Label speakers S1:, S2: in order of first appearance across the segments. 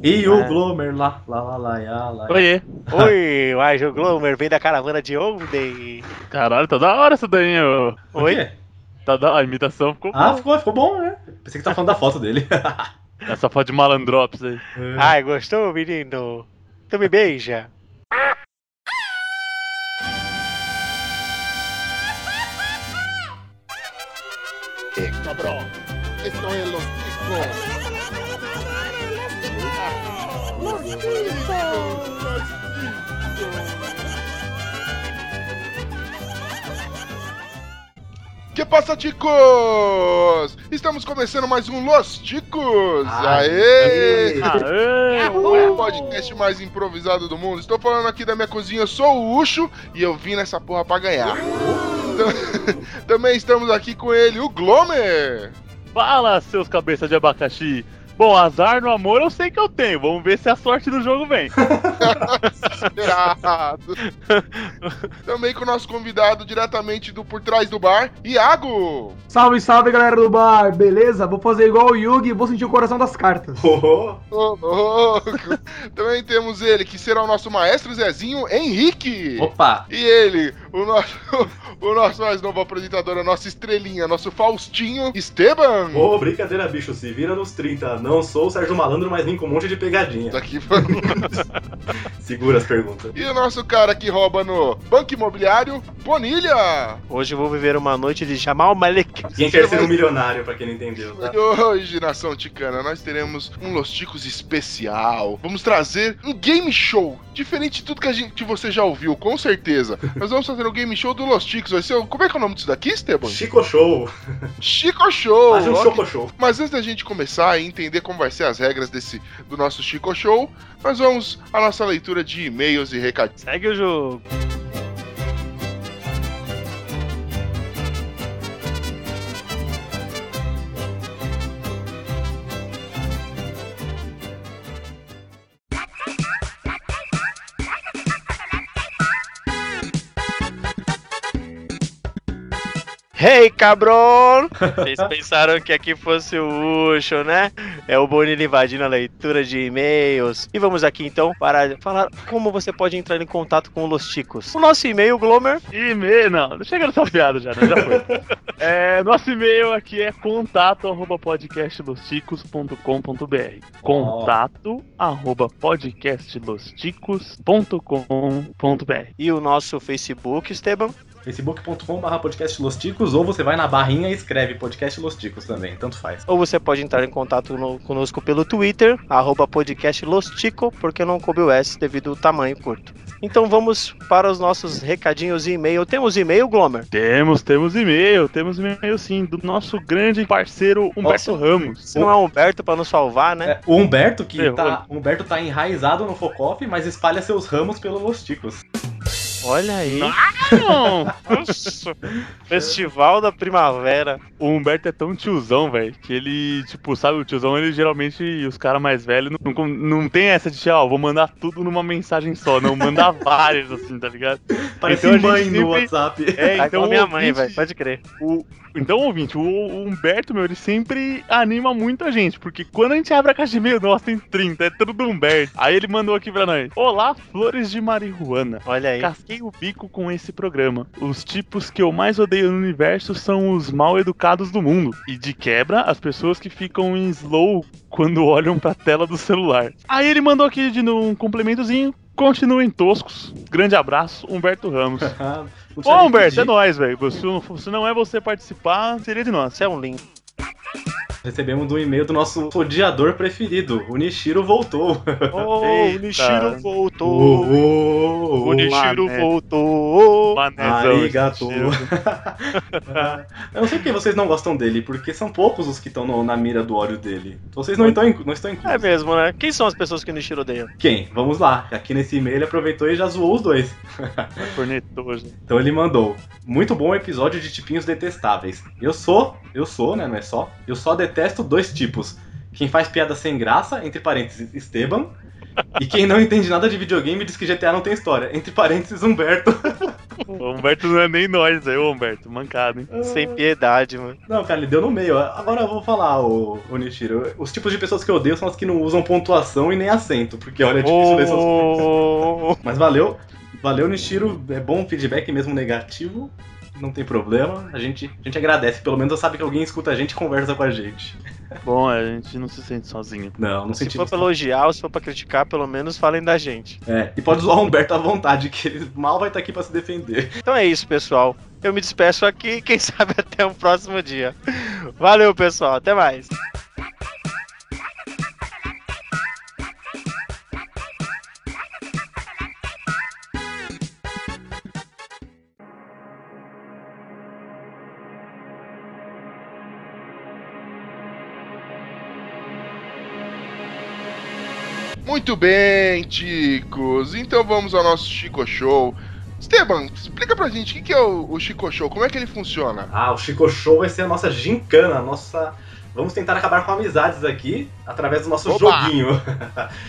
S1: E o Glomer lá, lá, lá, lá, lá, lá.
S2: Oiê.
S3: Oi, o Arjo Glomer vem da caravana de Olden.
S2: Caralho, tá da hora isso daí, ô.
S1: O quê?
S2: Tá da... A imitação ficou
S1: Ah,
S2: boa.
S1: ficou, ficou bom, né? Pensei que tá falando da foto dele.
S2: Essa foto de malandrops aí.
S3: Ai, gostou, menino? Tu me beija.
S4: cabrón. Esto es los discos. Los discos. Que passa, ticos? Estamos começando mais um Los Ticos.
S1: Ai,
S4: Aê! É
S2: Aê!
S4: O podcast mais improvisado do mundo. Estou falando aqui da minha cozinha, eu sou o Ucho e eu vim nessa porra pra ganhar. Tam- Também estamos aqui com ele, o Glomer.
S2: Fala, seus cabeças de abacaxi. Bom, azar no amor eu sei que eu tenho. Vamos ver se a sorte do jogo vem.
S4: Irado. Também com o nosso convidado diretamente do Por Trás do Bar, Iago.
S5: Salve, salve galera do bar, beleza? Vou fazer igual o Yugi e vou sentir o coração das cartas.
S1: Oh,
S4: Ô, louco. Também temos ele, que será o nosso maestro Zezinho, Henrique.
S1: Opa!
S4: E ele, o nosso, o nosso mais novo apresentador, a nossa estrelinha, nosso Faustinho, Esteban.
S1: Ô, brincadeira, bicho, se vira nos 30. Não sou o Sérgio Malandro, mas vim com um monte de pegadinha.
S4: Tá aqui falando.
S1: Segura as perguntas.
S4: E o nosso cara que rouba no Banco Imobiliário, Bonilha.
S3: Hoje eu vou viver uma noite de Jamal Malek.
S1: Quem quer ser um milionário, pra quem não entendeu, tá?
S4: E Hoje, nação ticana, nós teremos um Los Ticos especial. Vamos trazer um game show. Diferente de tudo que, a gente, que você já ouviu, com certeza. Nós vamos fazer um game show do Los Ticos. Vai ser o- Como é que é o nome disso daqui, Esteban?
S1: Chico Show!
S4: Chico Show!
S1: Faz um
S4: ó,
S1: Choco Show.
S4: Mas antes da gente começar e entender como vai ser as regras desse do nosso Chico Show, nós vamos à nossa leitura de e-mails e recadinhos.
S2: Segue o jogo.
S3: Hey, cabrón! Vocês pensaram que aqui fosse o Ucho, né? É o Bonilha invadindo a leitura de e-mails. E vamos aqui então para falar como você pode entrar em contato com os Ticos. O nosso e-mail, Glomer,
S2: E-mail, não, chega nessa piada já, né? Já foi. É, nosso e-mail aqui é contato arroba podcastlosticos.com.br Contato arroba podcastlosticos.com.br
S3: e o nosso Facebook, Esteban.
S1: facebook.com.br podcast Los Ticos ou você vai na barrinha e escreve podcast Los Ticos também, tanto faz.
S3: Ou você pode entrar em contato no- conosco pelo Twitter, arroba podcast Lostico, porque não coube o S devido ao tamanho curto. Então vamos para os nossos recadinhos e e-mail. Temos e-mail, Glomer?
S2: Temos, temos e-mail, temos e-mail sim, do nosso grande parceiro Humberto
S1: Nossa.
S2: Ramos.
S3: Se não é o Humberto para nos salvar, né?
S1: É, o Humberto que
S2: Ferrou.
S1: tá, o Humberto tá enraizado no Focoff, mas espalha seus ramos pelo Los Ticos.
S3: Olha aí.
S2: Não!
S3: Nossa, Festival da Primavera.
S2: O Humberto é tão tiozão, velho, que ele, tipo, sabe, o tiozão, ele geralmente, os caras mais velhos, não, não, não tem essa de, ó, vou mandar tudo numa mensagem só, não, manda várias, assim, tá ligado?
S1: Parece
S2: Então a gente
S1: mãe
S2: sempre-
S1: no WhatsApp.
S2: É,
S3: Tá igual
S2: então o
S3: minha mãe,
S2: ouvinte-
S3: velho, pode crer.
S2: o- Então, ouvinte, o, o Humberto, meu, ele sempre anima muito a gente, porque quando a gente abre a caixa de e-mail, nossa, tem 30, é tudo do Humberto. Aí ele mandou aqui pra nós, olá, flores de marihuana.
S3: Olha aí.
S2: Casquei o bico com esse programa. Os tipos que eu mais odeio no universo são os mal educados do mundo. E de quebra, as pessoas que ficam em slow quando olham pra tela do celular. Aí ele mandou aqui de novo um complementozinho. Continuem toscos. Grande abraço, Humberto Ramos.
S1: Ah, não precisa
S2: Ô,
S1: nem
S2: Humberto,
S1: pedir.
S2: é nóis, velho. Se, não- se não é você participar, seria de nós.
S3: Você é um lindo.
S1: Recebemos um e-mail do nosso odiador preferido, o Nishiro voltou.
S3: Oh, o
S2: Eita.
S3: Nishiro voltou.
S1: Oh,
S3: O Nishiro
S2: Mané.
S3: voltou.
S2: Manézão,
S1: Aí, gato.
S2: tio.
S1: Eu não sei porque vocês não gostam dele, porque são poucos os que estão no- na mira do ódio dele. Vocês não estão, inclu- não estão inclusos.
S3: É mesmo, né? Quem são as pessoas que o Nishiro odeia?
S1: Quem? Vamos lá. Aqui nesse e-mail ele aproveitou e já zoou os dois.
S2: Cornetou, gente.
S1: Então ele mandou: Muito bom episódio de tipinhos detestáveis. Eu sou, eu sou, né? Não é só. Eu só detesto dois tipos: quem faz piada sem graça, entre parênteses, Esteban. E quem não entende nada de videogame diz que GTA não tem história, entre parênteses, Humberto.
S2: O Humberto não é nem nós, é o Humberto. Mancado, hein?
S3: Sem piedade, mano.
S1: Não, cara, ele deu no meio. Agora eu vou falar, o, o Nishiro. Os tipos de pessoas que eu odeio são as que não usam pontuação e nem acento, porque olha, é difícil ler essas coisas.
S3: Oh,
S1: Mas valeu. Valeu, Nishiro. É bom feedback mesmo negativo. Não tem problema. A gente, a gente agradece. Pelo menos eu sabe que alguém escuta a gente e conversa com a gente.
S2: Bom, a gente não se sente sozinho.
S1: Não, não
S3: se
S1: sentimos.
S3: for pra elogiar ou se for pra criticar, pelo menos falem da gente.
S1: É, e pode zoar o Humberto à vontade, que ele mal vai estar aqui pra se defender.
S3: Então é isso, pessoal. Eu me despeço aqui, quem sabe até um próximo dia. Valeu, pessoal. Até mais.
S4: Muito bem, Ticos. Então vamos ao nosso Chico Show. Esteban, explica pra gente o que, que é o, o Chico Show, como é que ele funciona?
S1: Ah, o Chico Show vai ser a nossa gincana, a nossa. Vamos tentar acabar com amizades aqui através do nosso
S4: Oba!
S1: joguinho.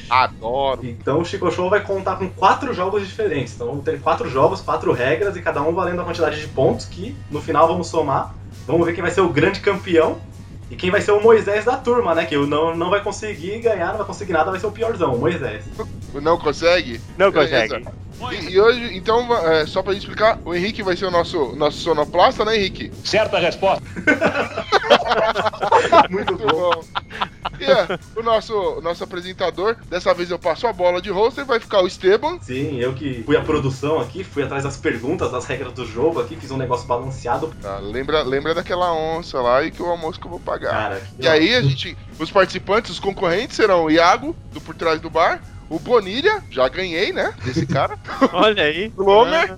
S4: Adoro.
S1: Então o Chico Show vai contar com quatro jogos diferentes. Então vamos ter quatro jogos, quatro regras e cada um valendo a quantidade de pontos que no final vamos somar. Vamos ver quem vai ser o grande campeão e quem vai ser o Moisés da turma, né? Que o não, não vai conseguir ganhar, não vai conseguir nada, vai ser o piorzão, o Moisés.
S4: Não consegue?
S3: Não consegue.
S4: É E, e hoje, então, é, só pra gente explicar, o Henrique vai ser o nosso, nosso sonoplasta, né, Henrique?
S6: Certa resposta.
S1: Muito
S4: Muito bom. E é, o nosso, o nosso apresentador, dessa vez eu passo a bola de host, vai ficar o Esteban.
S1: Sim, eu que fui à produção aqui, fui atrás das perguntas, das regras do jogo aqui, fiz um negócio balanceado.
S4: Tá, lembra, lembra daquela onça lá e que o almoço que eu vou pagar.
S1: Cara,
S4: E aí a gente, os participantes, os concorrentes serão o Iago, do Por Trás do Bar, o Bonilha, já ganhei, né, desse cara,
S3: Olha aí.
S4: o Lomer,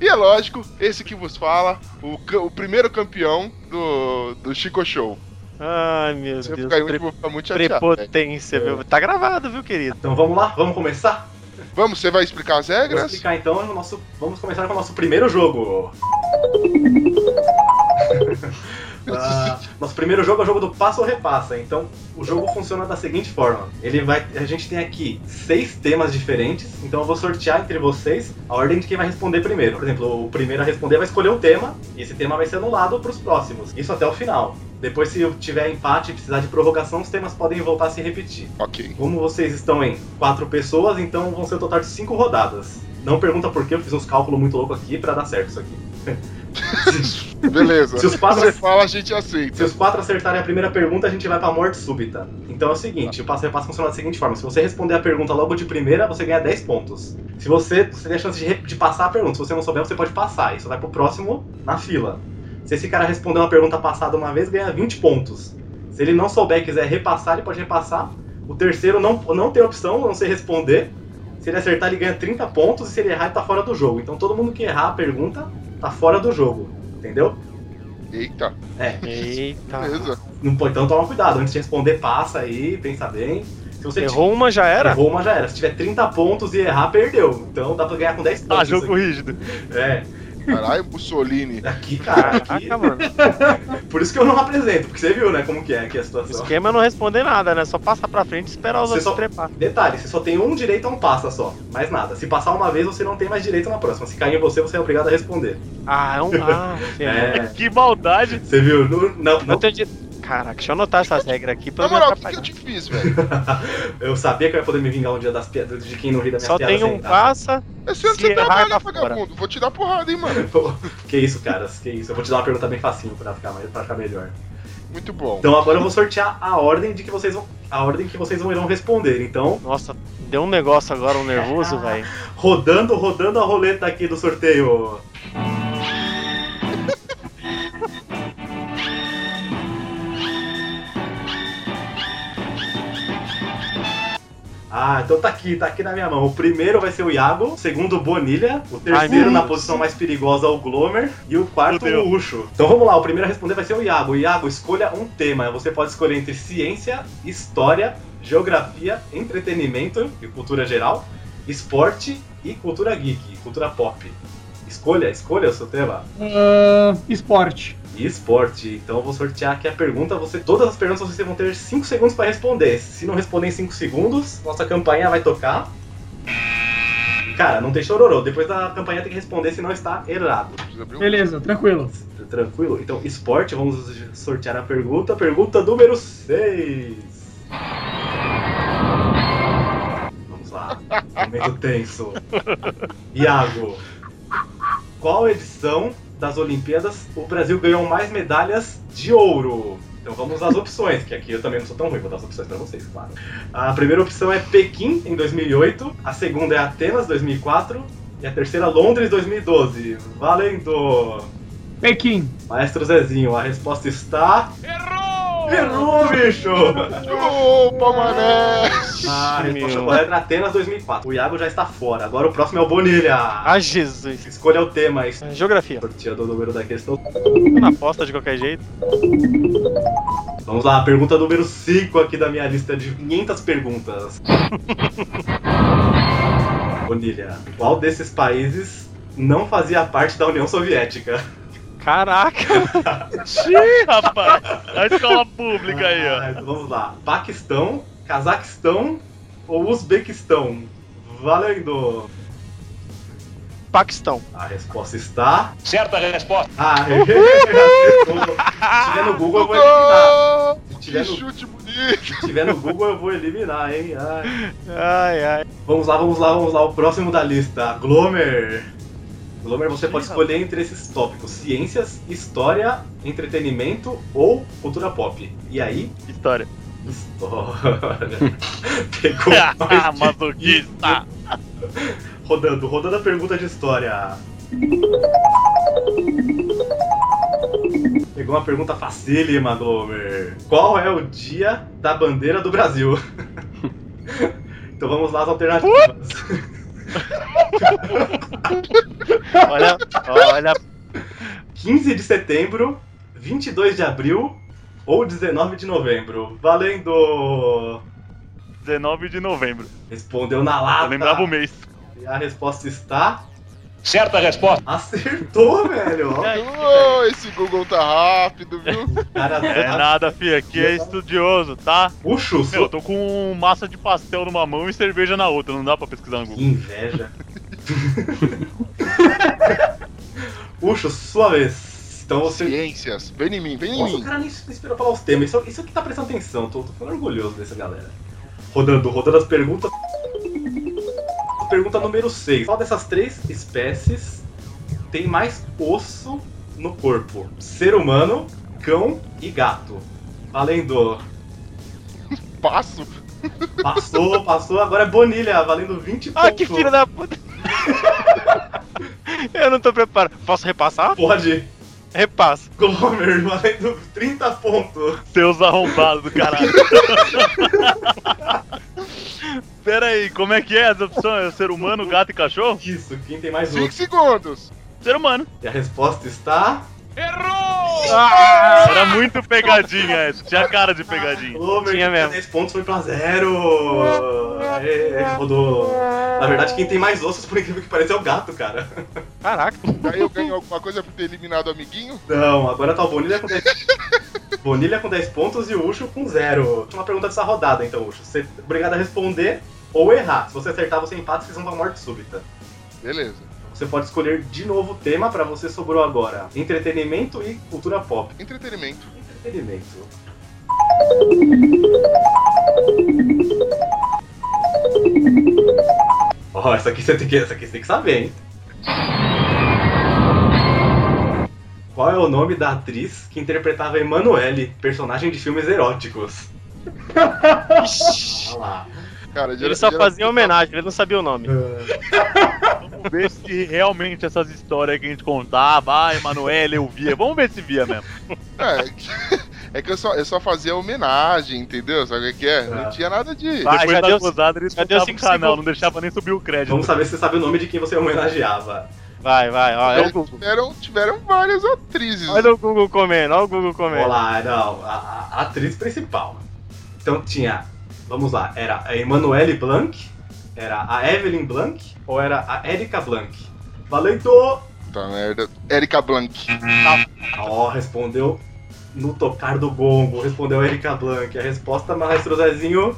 S4: e é lógico, esse que vos fala, o, ca- o primeiro campeão do, do Chico Show.
S3: Ah, Ai, meu
S4: Se eu
S3: Deus.
S4: ficar muito,
S3: Pre-
S4: vou ficar muito chateado. velho.
S3: Prepotência, viu? Tá gravado, viu, querido?
S1: Então vamos lá, vamos começar?
S4: né? Vamos, você vai explicar as
S1: Vou
S4: regras?
S1: explicar então o nosso. Vamos começar com o nosso primeiro jogo. Ah, nosso primeiro jogo é o jogo do passa ou repassa. Então, o jogo funciona da seguinte forma: ele vai, a gente tem aqui seis temas diferentes. Então, eu vou sortear entre vocês a ordem de quem vai responder primeiro. Por exemplo, o primeiro a responder vai escolher o tema e esse tema vai ser anulado para os próximos. Isso até o final. Depois, se tiver empate e precisar de prorrogação, os temas podem voltar a se repetir.
S4: Ok.
S1: Como vocês estão em quatro pessoas, então vão ser o total de cinco rodadas. Não pergunta por quê, eu fiz uns cálculos muito loucos aqui pra dar certo isso aqui.
S4: Beleza.
S1: Se os quatro
S4: Você fala, a gente aceita.
S1: Se os quatro acertarem a primeira pergunta, a gente vai pra morte súbita. Então é o seguinte, o passo a repasso funciona da seguinte forma. Se você responder a pergunta logo de primeira, você ganha 10 pontos. Se você, você tem a chance de, re- de passar a pergunta. Se você não souber, você pode passar. Isso vai pro próximo na fila. Se esse cara responder uma pergunta passada uma vez, ganha 20 pontos. Se ele não souber e quiser repassar, ele pode repassar. O terceiro não, não tem opção, a não sei responder. Se ele acertar, ele ganha 30 pontos. E se ele errar, ele tá fora do jogo. Então todo mundo que errar a pergunta, tá fora do jogo. Entendeu?
S4: Eita,
S3: Eita.
S4: beleza.
S1: Não pode, então toma cuidado, antes de responder, passa aí, pensa bem. Se você
S3: Errou uma, já
S1: tiver-
S3: era?
S1: errou uma já era. Se tiver 30 pontos e errar, perdeu. Então dá pra ganhar com 10 pontos.
S2: Ah, jogo rígido.
S1: aqui. É,
S4: Caralho, Mussolini.
S1: aqui, cara, aqui.
S3: Caraca, mano.
S1: Por isso que eu não apresento, porque você viu, né, como que é aqui a
S3: O
S1: situação.
S3: esquema é não responder nada, né? Só passar pra frente e esperar os
S1: Você
S3: outros
S1: só-
S3: trepar.
S1: Detalhe, você só tem um direito a um passa só, mais nada. Se passar uma vez, você não tem mais direito na próxima. Se cair em você, você é obrigado a responder.
S3: Ah, é um. Ah, é.
S1: É,
S2: Que maldade.
S1: você viu? Não, não,
S3: Não
S1: não.
S3: tenho di- Caraca, deixa eu anotar essas regras aqui pra
S4: Na
S3: não me
S4: moral, o que, que eu
S3: atrapalhar.
S4: te fiz, velho?
S1: Eu sabia que eu ia poder me vingar um dia das piadas de quem não ri das minhas
S3: Só
S1: piadas.
S3: tem um
S1: sem-
S3: passa.
S4: É sendo
S3: Se
S4: que você
S3: errar,
S4: trabalha,
S3: tá fora.
S4: vagabundo. Vou te dar porrada, hein, mano.
S1: Que isso, caras, que isso. Eu vou te dar uma pergunta bem facinho pra ficar, mais- pra ficar melhor.
S4: Muito bom.
S1: Então agora eu vou sortear a ordem de que vocês vão, a ordem que vocês vão irão responder. Então,
S3: Nossa, deu um negócio agora, um
S4: Ah,
S3: nervoso, velho.
S1: rodando, rodando a roleta aqui do sorteio. Ah, então tá aqui, tá aqui na minha mão. O primeiro vai ser o Iago, o segundo o Bonilha, o
S3: meu
S1: terceiro
S3: Deus.
S1: na posição mais perigosa o Glomer e o quarto
S2: Fudeu.
S1: o Ucho. Então vamos lá, o primeiro a responder vai ser o Iago. Iago, escolha um tema. Você pode escolher entre ciência, história, geografia, entretenimento e cultura geral, esporte e cultura geek, cultura pop. Escolha, escolha o seu tema.
S5: Ah, esporte.
S1: E esporte. Então eu vou sortear aqui a pergunta. Você, todas as perguntas vocês vão ter 5 segundos para responder. Se não responder em 5 segundos, nossa campainha vai tocar. Cara, não tem chororô. Depois da campanha tem que responder se não está errado.
S4: Precisa abrir um-
S6: Beleza, tranquilo.
S1: Tranquilo? Então, esporte, vamos sortear a pergunta. Pergunta número 6. Vamos lá. Momento tenso. Iago, qual edição das Olimpíadas o Brasil ganhou mais medalhas de ouro? Então vamos às opções, que aqui eu também não sou tão ruim, vou dar as opções pra vocês, claro. A primeira opção é Pequim, em 2008. A segunda é Atenas, 2004. E a terceira, Londres, 2012. Valendo!
S6: Pequim.
S1: Maestro Zezinho, a resposta está. Errou! Errou, bicho!
S4: Opa, mané! então
S1: A resposta
S3: meu.
S1: correta era Atenas 2004. O Iago já está fora, agora o próximo é o Bonilha.
S3: Ah, Jesus.
S1: Escolha o tema, es-
S3: Geografia.
S1: sorteando o número da questão.
S3: Na aposta de qualquer jeito.
S1: Vamos lá, pergunta número 5 aqui da minha lista de 500 perguntas. Bonilha, qual desses países não fazia parte da União Soviética?
S3: Caraca.
S2: Ih, rapaz! A escola pública aí, ó.
S1: Ah, Vamos lá, Paquistão, Cazaquistão ou Uzbequistão? Valendo!
S3: Paquistão.
S1: A resposta está.
S7: Certa resposta.
S1: Ah, acertou. Se tiver no Google, eu vou eliminar.
S4: Ah,
S1: Se
S4: que
S1: tiver no,
S4: chute bonito!
S1: se tiver no Google, eu vou eliminar, hein? Ai.
S3: Ai, ai.
S1: Vamos lá, vamos lá, vamos lá. O próximo da lista: Glomer. Glomer, você pode
S2: Ih,
S1: escolher entre esses tópicos: ciências, história, entretenimento ou cultura pop. E aí?
S2: História.
S1: História. Pegou
S2: Ah,
S1: mais de-
S2: masoquista!
S1: Rodando, rodando a pergunta de história. Pegou uma pergunta facílima, Glomer. Qual é o dia da bandeira do Brasil? então vamos lá às alternativas.
S3: Olha, olha.
S1: 15 de setembro, 22 de abril ou 19 de novembro. Valendo!
S2: 19 de novembro.
S1: Respondeu na
S2: Eu
S1: lata.
S2: lembrava o mês.
S1: E a resposta está...
S7: Certa resposta.
S1: Acertou, velho! Ó,
S4: Ô, esse Google tá rápido, viu?
S1: Cara,
S2: É nada, fi, aqui é estudioso, tá?
S1: Puxa o
S2: Meu,
S1: seu...
S2: eu tô com massa de pastel numa mão e cerveja na outra, não dá pra pesquisar no
S1: Que
S2: Google.
S1: inveja. Puxa, sua vez. Então você.
S4: Ciências, vem em mim, vem em
S1: Nossa, o
S4: mim.
S1: cara nem esperou falar os temas. Isso, isso aqui tá prestando atenção. Tô, tô ficando orgulhoso dessa galera. Rodando, rodando as perguntas. Pergunta número 6. Qual dessas três espécies tem mais osso no corpo? Ser humano, cão e gato. Valendo.
S4: Passo?
S1: Passou, passou. Agora é Bonilha, valendo 20 pontos.
S3: Ah, que filho da puta. Eu não tô preparado. Posso repassar?
S1: Pode.
S3: Repasso.
S1: Glomer, valendo 30 pontos.
S2: Seus arrombados do caralho. Pera aí, como é que é as opções? Ser humano, gato e cachorro?
S1: Isso, quem tem mais um?
S4: 5 segundos!
S2: Ser humano.
S1: E a resposta está.
S2: Era muito pegadinha essa. Tinha cara de pegadinha.
S1: Glomer,
S3: Tinha mesmo.
S1: 10 pontos foi pra zero! Aê, rodou. Na verdade, quem tem mais ossos, por incrível que pareça, é o gato, cara.
S3: Caraca.
S4: Aí eu ganho alguma coisa por ter eliminado o amiguinho?
S1: Não, agora tá o Bonilha com 10 Bonilha com 10 pontos e o Ucho com zero. Última pergunta dessa rodada, então, Ucho. Você é obrigado a responder ou errar. Se você acertar, você empata e vocês vão pra morte súbita.
S4: Beleza.
S1: Você pode escolher de novo o tema pra você sobrou agora: entretenimento e cultura pop.
S4: Entretenimento.
S1: Entretenimento. Ó, essa aqui você tem que, essa aqui você tem que saber, hein? Qual é o nome da atriz que interpretava Emanuele, personagem de filmes eróticos? Olha lá.
S4: Cara,
S3: Ele só fazia homenagem, ele não sabia o nome.
S2: Vamos ver se realmente essas histórias que a gente contava, ah, Emanuele, eu via. Vamos ver se via mesmo.
S4: É, é que, é que eu, só, eu só fazia homenagem, entendeu? Sabe o que que é?
S1: Tá.
S4: Não tinha nada de.
S3: Vai,
S2: Depois
S3: já
S2: da
S3: deu-
S2: gozada, eles
S3: já deu
S2: escutavam o
S3: cinco
S2: canal,
S3: segundos.
S2: não deixava nem subir o crédito.
S1: Vamos saber se você sabe o nome de quem você homenageava.
S3: Vai, vai, ó. Olha Ah,
S4: Então,
S3: é o Google.
S4: tiveram, tiveram várias atrizes.
S3: Olha o Google comendo, olha o Google comendo.
S1: Olá, não, a, a- a atriz principal. Então tinha, vamos lá, era a Emanuele Blanc, era a Evelyn Blanc ou era a Erika Blanc? Valendo!
S4: Puta merda. Erika Blanc.
S1: Ó, respondeu no tocar do gongo, respondeu a Erika Blanc. A resposta, Maestro Zezinho,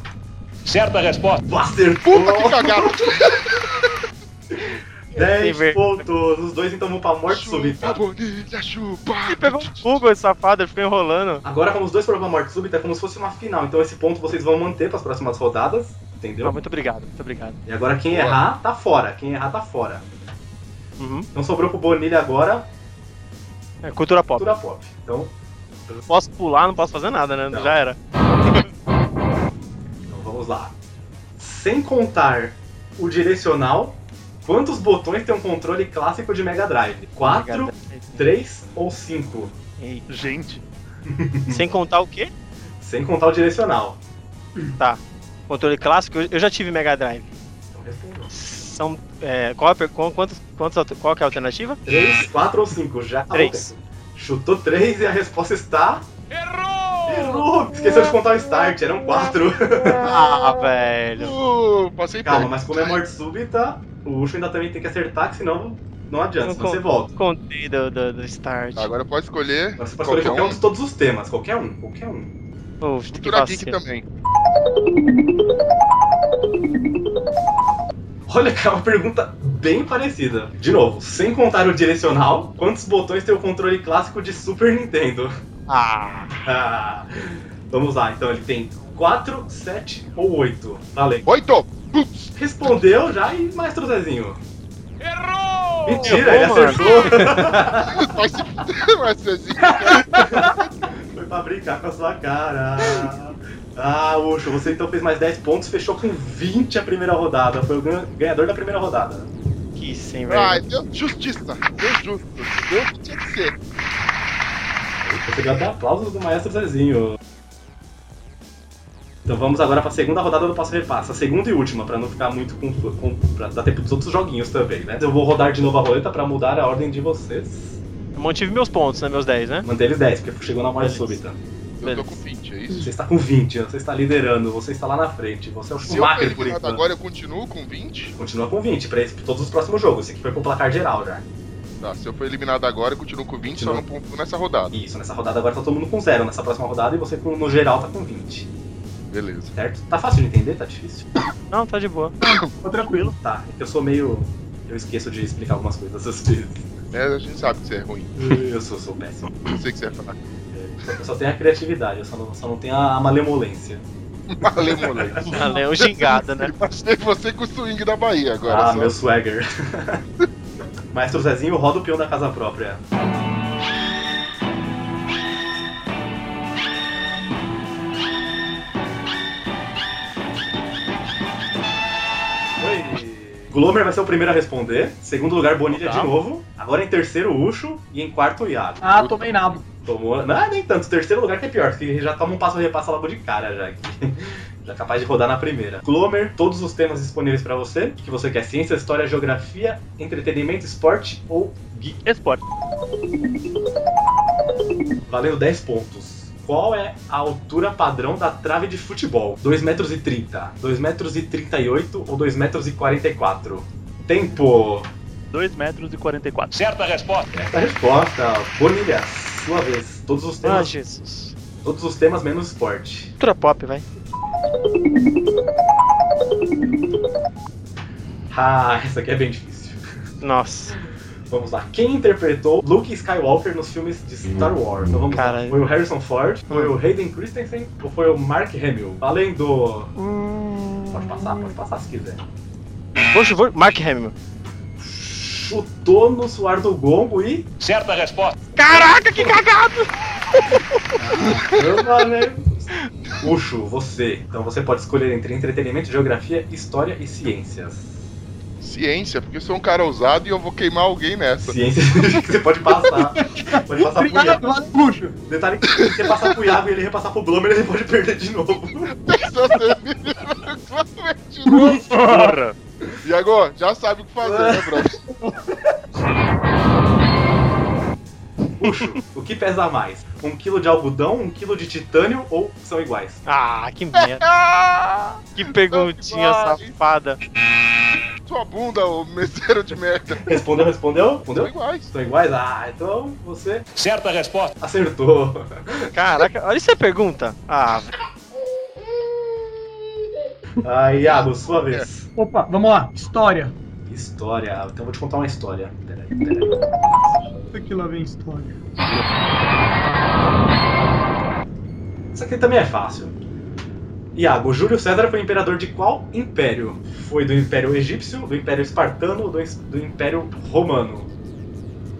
S7: Certa resposta.
S1: acertou!
S4: Puta que cagada.
S1: 10
S3: ver-
S1: pontos. Os dois então vão pra morte súbita.
S4: Chupa, bonita, chupa.
S3: Ele pegou um Google, esse safado, ele ficou enrolando.
S1: Agora, como os dois foram pra morte súbita, é como se fosse uma final. Então esse ponto vocês vão manter pras próximas rodadas,
S3: Ah,
S1: entendeu?
S3: muito obrigado, muito obrigado.
S1: E agora quem
S4: Boa.
S1: errar, tá fora. Quem errar, tá fora.
S3: Uhum.
S1: Então sobrou pro Bonilha agora,
S3: É, cultura pop.
S1: cultura pop. Então,
S3: Posso pular, não posso fazer nada, né?
S1: Não.
S3: Já era.
S1: então vamos lá. Sem contar o direcional, quantos botões tem um controle clássico de Mega Drive? 4, 3 ou 5?
S3: Ei,
S2: Gente,
S3: Sem contar o quê? Tá.
S1: Sem contar o direcional.
S3: Controle clássico, eu eu já tive Mega Drive.
S1: Então respondam.
S3: São. É, qual, a per- qual- quantos, quantos, alter- qual que é a alternativa?
S1: 3, 4 ou 5? Já
S4: Ah,
S1: acabou o
S3: Três.
S1: tempo. Chutou 3 e a resposta está. Errou! Esqueceu de contar o start, eram 4.
S3: Ah, velho.
S4: Uh, passei
S1: Calma,
S4: perto.
S1: mas como é morte súbita, o Ucho ainda também tem que acertar, que senão não adianta,
S3: Não
S1: senão você
S3: conta.
S1: volta.
S3: Contei do, do, do start.
S4: Tá, Agora pode escolher.
S1: Agora você pode escolher
S4: Qualquer
S1: qualquer
S4: um.
S1: um de todos os temas, qualquer um, qualquer um.
S3: Pô, tem que
S4: Cultura Geek
S3: vacilo.
S4: também.
S1: Olha, cara, uma pergunta bem parecida. De novo, sem contar o direcional, quantos botões tem o controle clássico de Super Nintendo?
S3: Ah,
S1: Ah, Vamos lá, então ele tem 4, 7 ou 8. Valeu.
S4: um. Oito!
S1: Respondeu já e maestro Zezinho. Errou! Mentira, ele
S3: Errou, mano.
S1: acertou.
S4: Vai assim. se fuder, Marcelinho.
S1: Foi pra brincar com a sua cara. Ah, Ucho, você então fez mais 10 pontos, fechou com 20 a primeira rodada. Foi o gan- ganhador da primeira rodada.
S3: que sem
S4: Ai,
S3: vergonha.
S4: deu justiça. Deu justo. Deu o que tinha que ser.
S1: Recebeu até aplausos do maestro Zezinho. Então vamos agora pra segunda rodada do Passo Repassa, a segunda e última, pra não ficar muito confuso, com, pra dar tempo dos outros joguinhos também, né? Eu vou rodar de novo a roleta pra mudar a ordem de vocês.
S3: Eu mantive meus pontos, né? Meus 10, né?
S1: Manter eles 10, porque chegou na morte
S3: Beleza.
S1: súbita.
S4: Eu tô
S3: Beleza.
S4: com 20, é isso?
S1: Você está com 20, você está liderando, você está lá na frente, você é o
S4: Se eu tô
S1: Schumacher por
S4: eliminado
S1: enquanto.
S4: agora, eu continuo com 20?
S1: Continua com 20 pra esse- pra todos os próximos jogos, esse aqui foi com placar geral já.
S4: Tá, se eu for eliminado agora, eu continuo com 20, só não pontuo nessa rodada.
S1: Isso, nessa rodada agora tá todo mundo com 0, nessa próxima rodada e você com- no geral tá com 20,
S4: Beleza.
S1: certo? Tá fácil de entender? Tá difícil?
S3: Não, tá de boa.
S1: Tá tranquilo. Tá, é que eu sou meio. Eu esqueço de explicar algumas coisas às vezes.
S4: É, a gente sabe que você é ruim.
S1: Eu sou, sou péssimo.
S4: Eu sei que você é fraco.
S1: Eu só tenho a criatividade, eu só não, só não tenho a malemolência.
S4: Valeu, moleque.
S3: Valeu, gingada, Ah, né?
S4: Imaginei você com o swing da Bahia agora.
S1: ah,
S4: só.
S1: meu swagger. Maestro Zezinho roda o peão da casa própria. Oi. Glomer vai ser o primeiro a responder. Segundo lugar, Bonilha
S4: Tá.
S1: de novo. Agora em terceiro, Ucho. E em quarto, Iago.
S5: Ah, tomei nabo.
S1: Tomou. Não, é nem tanto. Terceiro lugar que é pior, que já toma um passo repassa logo de cara já. que Já é capaz de rodar na primeira. Glomer, todos os temas disponíveis pra você. Que você quer ciência, história, geografia, entretenimento, esporte ou geek.
S2: esporte.
S1: Valendo 10 pontos. Qual é a altura padrão da trave de futebol? 2,30 metros, 2,38 metros ou 2,44 metros? Tempo!
S2: 2 metros e 44.
S7: Certa resposta.
S1: Essa é a resposta. Bonilha, sua vez. Todos os
S3: Ah,
S1: temas,
S3: Jesus.
S1: todos os temas menos esporte.
S3: Cultura pop, vai.
S1: Ah, essa aqui é bem difícil.
S3: Nossa.
S1: Vamos lá. Quem interpretou Luke Skywalker nos filmes de Star Wars? Então vamos lá.
S3: Caralho.
S1: Foi o Harrison Ford? Foi o Hayden Christensen? Ou foi o Mark Hamill? Valendo!
S3: Hum.
S4: Hum.
S1: Pode passar, pode passar se quiser.
S3: Poxa, vou... Mark Hamill.
S1: Chutou no suar do gongo e.
S7: Certa resposta.
S3: Caraca, que cagado!
S1: Ah, Puxo, você. Então você pode escolher entre entretenimento, geografia, história e ciências.
S4: Ciência, porque eu sou um cara ousado e eu vou queimar alguém nessa.
S1: Ciências que você pode passar. Pode passar pro
S5: Obrigado,
S1: Iago.
S5: valeu, Luxo.
S1: Detalhe que se você passar pro Iago e ele repassar pro Blomer, ele pode perder de novo.
S4: Só você me- de novo.
S2: Porra!
S4: E agora, já sabe o que fazer, né, bro?
S1: Puxo, o que pesa mais? Um quilo de algodão, um quilo de titânio ou são iguais?
S3: Ah, que merda. Que perguntinha
S4: Vai.
S3: safada.
S4: Sua bunda, ô meseiro de merda.
S1: Respondeu, respondeu?
S4: São
S1: Respondeu?
S4: iguais.
S1: São iguais? Ah, então você
S7: Certa resposta.
S1: acertou.
S3: Caraca, olha essa pergunta. Ah,
S1: Ah, Iago, sua vez.
S5: Opa, vamos lá. História.
S1: História. Então eu vou te contar uma história. Peraí, peraí.
S5: Puta que lá vem história.
S1: Isso aqui também é fácil. Iago, Júlio César foi imperador de qual império? Foi do Império Egípcio, do Império Espartano ou do, es- do Império Romano?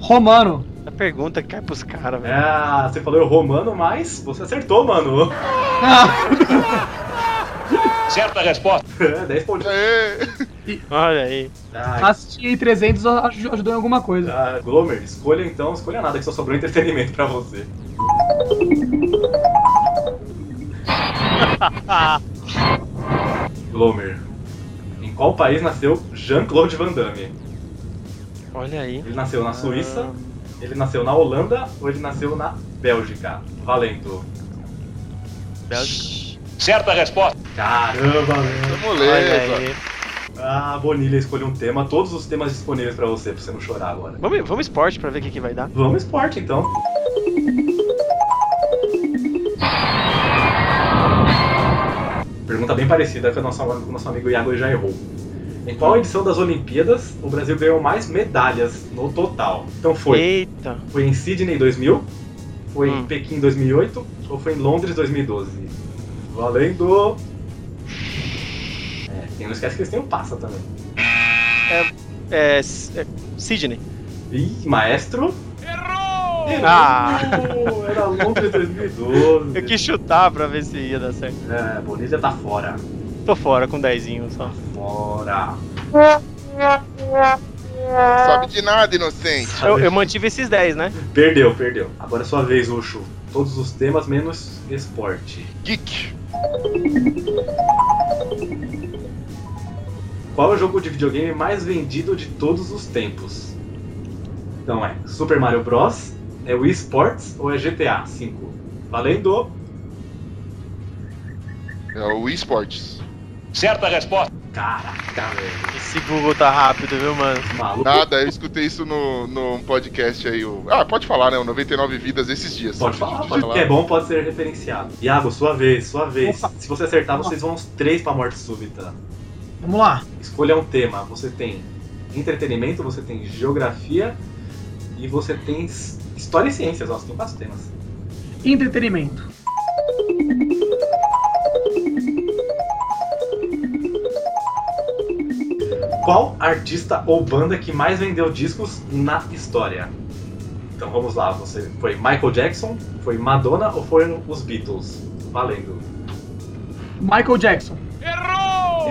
S5: Romano.
S3: A pergunta que cai pros caras, velho.
S1: Ah, você falou romano, mas você acertou, mano.
S5: Ah,
S7: Certa resposta.
S1: É, 10 pontinhos.
S4: Aê!
S3: Olha aí.
S1: Ah,
S5: Assisti 300 aj- ajudou em alguma coisa.
S1: ah, Glomer, escolha então, escolha nada, que só sobrou entretenimento pra você. Glomer, em qual país nasceu Jean-Claude Van Damme?
S3: Olha aí.
S1: Ele nasceu na Suíça, ele nasceu na Holanda ou ele nasceu na Bélgica? Valendo.
S3: Bélgica.
S7: Certa resposta.
S1: Caramba, velho.
S3: Olha
S4: Moleza.
S3: aí.
S1: Ah, Bonilha, escolha um tema, todos os temas disponíveis pra você, pra você não chorar agora.
S3: Vamos, vamos esporte pra ver o que, que vai dar.
S1: Vamos esporte então. Pergunta bem parecida que o nosso, o nosso amigo Iago já errou. Em qual edição das Olimpíadas o Brasil ganhou mais medalhas no total? Então foi,
S3: Eita.
S1: foi em Sydney 2000, foi em
S3: Hum.
S1: Pequim 2008 ou foi em Londres 2012? Valendo! É, quem não esquece que eles têm um passa também.
S3: É, S- é, Sydney.
S1: Ih, maestro! Errou!
S3: Ah.
S1: Era Londres 2012.
S3: Eu quis chutar pra ver se ia dar certo.
S1: É, Bonilha tá fora.
S3: Tô fora com dezinho só.
S1: Fora.
S4: Sabe de nada, inocente.
S3: Eu, eu mantive esses 10, né?
S1: Perdeu, perdeu. Agora é sua vez, Oxu. Todos os temas menos esporte.
S4: Geek.
S1: Qual é o jogo de videogame mais vendido de todos os tempos? Então é Super Mario Bros, é Wii Sports ou é GTA V? Valendo!
S4: É o eSports.
S7: Certa resposta.
S1: Caraca, velho.
S3: Esse Google tá rápido, viu, mano?
S1: Maluco.
S4: Nada, eu escutei isso no, no podcast aí. O... Ah, pode falar, né? O 99 Vidas esses dias.
S1: Pode falar, pode. O que é bom pode ser referenciado. Iago, sua vez, sua vez. Se você acertar, vocês vão uns três pra morte súbita.
S5: Vamos lá.
S1: Escolha um tema. Você tem entretenimento, você tem geografia e você tem s- história e ciências. Ó, você tem quatro temas.
S5: Entretenimento.
S1: Qual artista ou banda que mais vendeu discos na história? Então vamos lá. Você foi Michael Jackson, foi Madonna ou foram os Beatles? Valendo.
S5: Michael Jackson.
S1: Errou!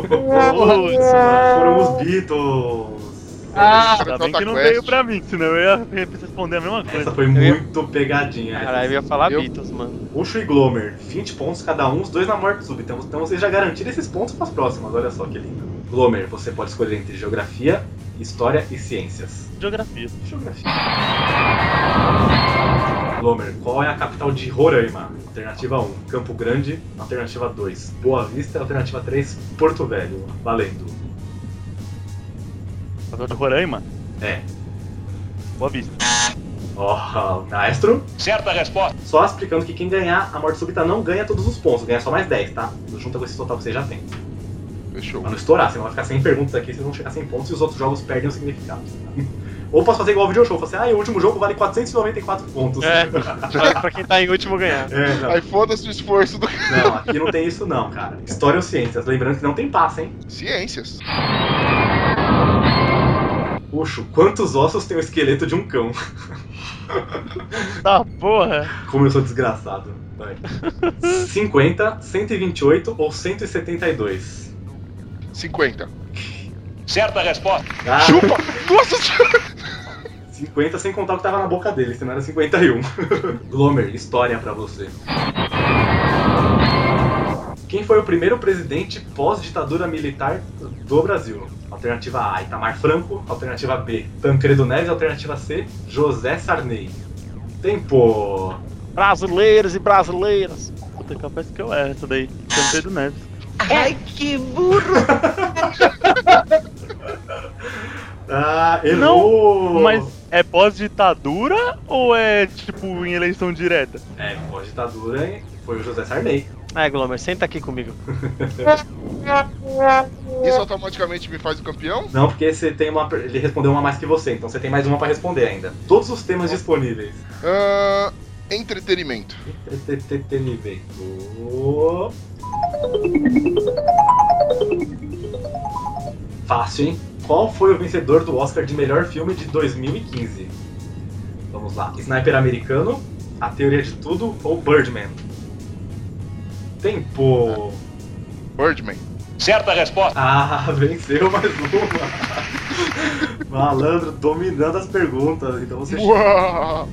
S3: Putz,
S1: foram os Beatles.
S5: Ah,
S2: Ainda bem que
S4: Tá
S2: não veio pra mim, senão eu ia responder a mesma
S1: Essa
S2: coisa.
S1: foi
S3: ia-
S1: muito pegadinha.
S3: Caralho, eu ia falar
S4: Eu-
S3: Beatles, mano.
S1: Ucho e Glomer, 20 pontos cada um, os dois na morte súbita. Então, então vocês já garantiram esses pontos para as próximas, olha só que lindo. Glomer, você pode escolher entre geografia, história e ciências.
S2: Geografia.
S1: Geografia. Glomer, qual é a capital de Roraima? Alternativa 1, Campo Grande. Alternativa 2, Boa Vista. Alternativa 3, Porto Velho. Valendo.
S2: Agora de Roraima?
S1: É.
S2: Boa vista.
S1: Ó, maestro.
S7: Certa resposta.
S1: Só explicando que quem ganhar a morte súbita não ganha todos os pontos, ganha só mais 10, tá? Junta com esse total que você já tem.
S4: Fechou.
S1: Pra não estourar, senão vai ficar sem perguntas aqui, vocês vão chegar sem pontos e os outros jogos perdem o significado. Ou posso fazer igual o video show, falar assim, ah, e o último jogo vale 494 pontos.
S3: É. Pra, pra quem tá em último ganhar.
S1: É, não.
S4: Aí foda-se o esforço do.
S1: não, aqui não tem isso não, cara. História ou ciências, lembrando que não tem passa, hein?
S4: Ciências.
S1: Puxo, quantos ossos tem o esqueleto de um cão?
S2: Tá, porra.
S1: Como eu sou desgraçado. Vai. 50, 128 ou 172?
S4: 50.
S7: Certa resposta.
S1: Ah,
S4: Chupa! Nossa senhora!
S1: 50 sem contar o que tava na boca dele, senão era 51. Glomer, história pra você. Quem foi o primeiro presidente pós-ditadura militar do Brasil? Alternativa A, Itamar Franco. Alternativa B, Tancredo Neves. Alternativa C, José Sarney. Tempo!
S3: Brasileiros e brasileiras.
S2: Puta, capaz que eu era essa daí. Cantei do Neves.
S1: Ah, errou!
S2: Mas é pós-ditadura ou é, tipo, em eleição direta?
S1: É, pós-ditadura hein? foi o José Sarney.
S3: Ai, Glomer, senta aqui comigo.
S4: Isso automaticamente me faz o campeão?
S1: Não, porque você tem uma. per- Ele respondeu uma a mais que você, então você tem mais uma pra responder ainda. Todos os temas disponíveis.
S4: Ahn, Ah, entretenimento.
S1: Entretenimento. Fácil, hein? Qual foi o vencedor do Oscar de melhor filme de 2015? Vamos lá. Sniper americano, A Teoria de Tudo ou Birdman? Tempo!
S4: Birdman.
S7: Certa resposta.
S1: Ah, venceu mais uma! Malandro dominando as perguntas. Então você
S4: Uau!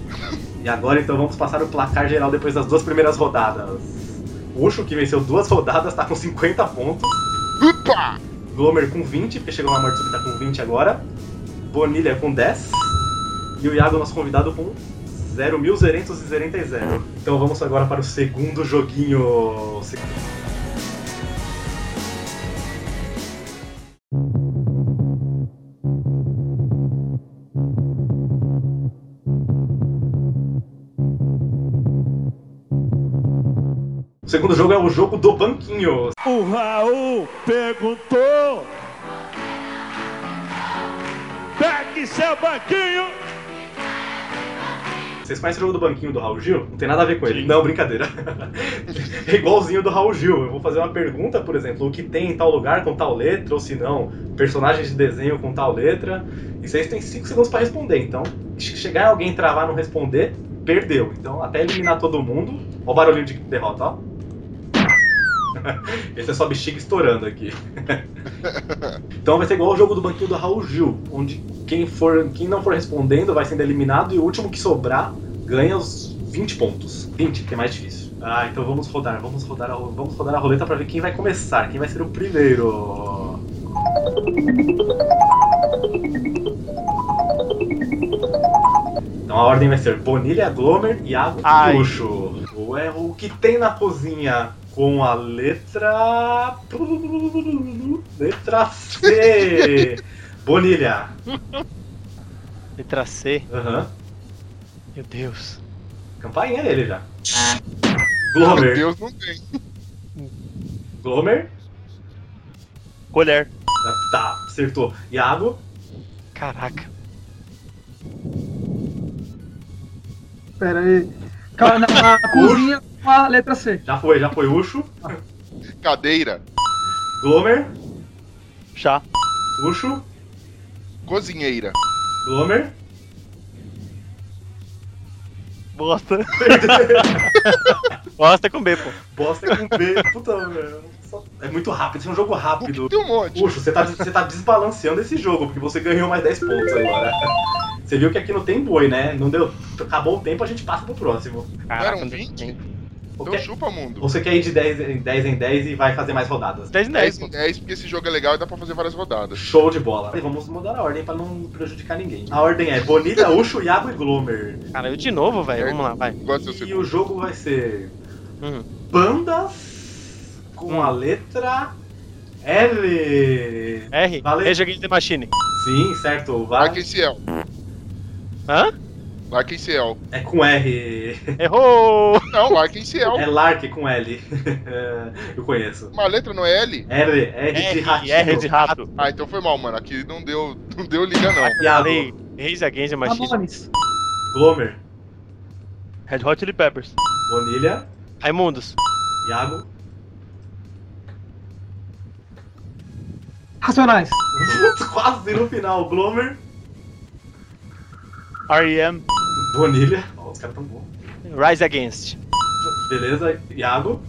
S1: E agora então vamos passar o placar geral depois das duas primeiras rodadas. O Ucho, que venceu duas rodadas, tá com 50 pontos.
S4: Upa!
S1: Glomer com 20, porque chegou na morte súbita tá com 20 agora. Bonilha com 10. E o Iago, nosso convidado, com 0.000. Então vamos agora para o segundo joguinho. Se- O segundo jogo é o jogo do banquinho.
S2: O Raul perguntou. Pegue seu banquinho.
S1: Vocês conhecem o jogo do banquinho do Raul Gil? Não tem nada a ver com ele. Não, brincadeira. é igualzinho do Raul Gil. Eu vou fazer uma pergunta, por exemplo, o que tem em tal lugar com tal letra, ou se não, personagens de desenho com tal letra. E vocês têm 5 segundos pra responder. Então, se chegar alguém e travar não responder, perdeu. Então, até eliminar todo mundo. Ó o barulhinho de derrota, ó. Esse é só bexiga estourando aqui. então vai ser igual o jogo do banquinho do Raul Gil, onde quem, for, quem não for respondendo vai sendo eliminado e o último que sobrar ganha os 20 pontos. 20, que é mais difícil. Ah, então vamos rodar, vamos rodar a, ro- vamos rodar a roleta pra ver quem vai começar, quem vai ser o primeiro. Então a ordem vai ser Bonilha, Glomer, Iago
S3: Ai.
S1: e Luxo. O é o que tem na cozinha com a letra. Letra C. Bonilha.
S3: Letra C.
S1: Aham.
S3: Meu Deus.
S1: Campainha é ele já.
S4: Meu
S1: Glomer.
S4: Deus, não tem.
S1: Glomer.
S3: Colher.
S1: Ah, Tá, acertou. Iago.
S3: Caraca.
S5: Ah, Pera aí. Cara, na, na cozinha com a letra C.
S1: Já foi, já foi. Ucho.
S4: Cadeira.
S1: Glomer.
S2: Chá.
S1: Ucho.
S4: Cozinheira.
S1: Glomer.
S2: Bosta.
S3: Bosta com B, pô.
S1: Bosta com B. Puta, velho. Só- É muito rápido, esse é um jogo
S4: O que
S1: rápido.
S4: tem um monte.
S1: Puxa, você tá, você tá desbalanceando esse jogo, porque você ganhou mais 10 pontos agora. Você viu que aqui não tem boi, né? Não deu. Acabou o tempo, a gente passa pro próximo.
S3: Caraca,
S4: eram
S3: não tem-
S4: 20?
S1: Ou
S4: Então
S1: quer-
S4: chupa mundo.
S1: ou você quer ir de 10 em 10 em 10 e vai fazer mais rodadas?
S3: 10 em 10,
S4: 10
S3: pô.
S4: em 10, porque esse jogo é legal e dá pra fazer várias rodadas.
S1: Show de bola. E vamos mudar a ordem pra não prejudicar ninguém. A ordem é Bonilha, Ucho, Iago e Glomer.
S3: Cara, eu de novo, velho. Vamos lá, vai.
S4: Gosto do
S1: E
S4: segundo.
S1: o jogo vai ser
S3: Hum.
S1: bandas com a letra L.
S3: R.
S1: Valeu.
S3: Eu joguei The Machine.
S1: Sim, certo. Vai.
S4: Arquiciel.
S3: Hã?
S4: Arquiciel.
S1: É com R.
S3: Errou!
S4: Não, Arquiciel.
S1: É Lark com L. Eu conheço.
S4: Uma letra no é L?
S1: R, R de
S3: R,
S1: ratinho.
S2: R de rato.
S4: Ah, então foi mal, mano. Aqui não deu, não deu liga, não.
S1: Iago,
S3: Falei. Reis Against the Machine.
S5: Anones.
S1: Glomer,
S2: Red Hot Chili Peppers.
S1: Bonilha,
S3: Raimundos.
S1: Iago.
S5: Racionais.
S1: Putz, Quase no final. Glomer,
S2: R.E.M.
S1: Bonilha. Ó, os caras tão bons.
S3: Rise Against.
S1: Beleza, Iago.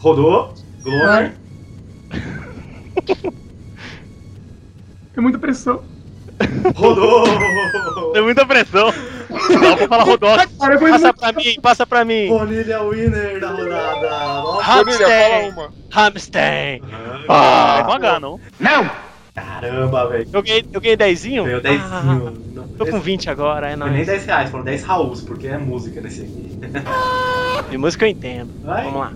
S1: Rodou. Glomer.
S5: É muita pressão.
S1: Rodou!
S2: Deu muita pressão. Dá pra falar Rodox.
S5: Cara, foi
S3: Passa
S5: muito...
S3: pra mim, passa pra mim.
S1: Bonilha winner da rodada. Nossa.
S4: Bonilha, fala
S3: Hamstein.
S4: uma.
S3: Hamstein.
S2: Ah, é com H, não?
S1: Caramba, velho.
S3: Eu ganhei, eu ganhei dezinho?
S1: Ganhou 10
S3: Ah, tô com 20 agora, é
S1: Não foi nem
S3: nóis.
S1: 10 reais, foram 10 Raús, porque é música nesse aqui.
S3: De música eu entendo.
S1: Vai.
S3: Vamos lá.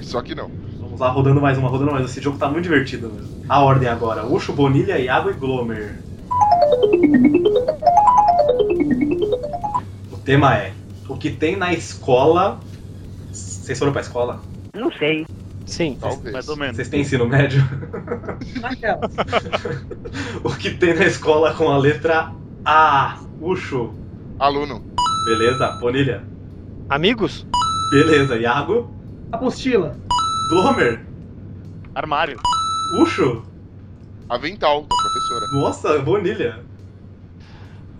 S4: Só que não.
S1: Vamos lá, rodando mais uma, rodando mais. Esse jogo tá muito divertido mesmo. A ordem agora: Ucho, Bonilha, Iago e Glomer. O tema é: O que tem na escola Vocês foram pra escola?
S8: Não sei.
S3: Sim.
S4: Talvez.
S2: Mais ou menos.
S1: Vocês têm ensino médio?
S8: Naquela.
S1: o que tem na escola com a letra A? Ucho.
S4: Aluno.
S1: Beleza, Bonilha.
S3: Amigos?
S1: Beleza, Iago.
S5: Apostila.
S1: Glomer.
S2: Armário.
S1: Ucho.
S4: Avental, da professora.
S1: Nossa, Bonilha.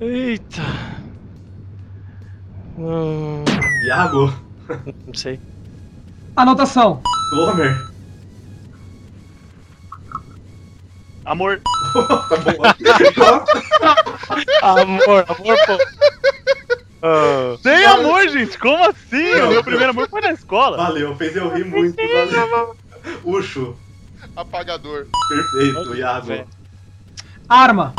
S3: Eita. Hum,
S1: Iago.
S3: não sei.
S5: Anotação.
S1: Glomer.
S2: Amor.
S1: Tá bom.
S3: Amor, amor, pô. Ah,
S2: Tem amor, gente. Como assim? O meu primeiro amor foi na escola.
S1: Valeu, fez eu rir muito. Valeu. Ucho.
S4: Apagador.
S1: Perfeito, Iago.
S3: velho.
S5: Arma.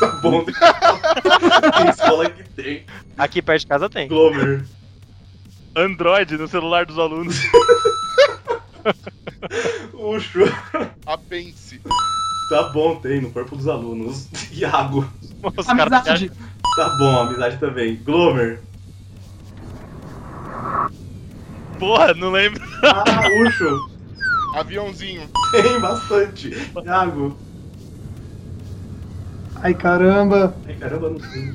S1: Tá bom. tem escola que tem.
S3: aqui perto de casa tem.
S1: Glomer.
S2: Android no celular dos alunos.
S1: Ucho.
S4: Apêndice.
S1: Tá bom, tem no corpo dos alunos. Iago.
S2: Os caras
S5: Amizade.
S1: Tá bom, amizade também. Glomer.
S2: Porra, não lembro.
S1: Ah, Ucho.
S4: Aviãozinho.
S1: Tem bastante. Iago.
S5: Ai, caramba.
S1: Ai, caramba, não sei.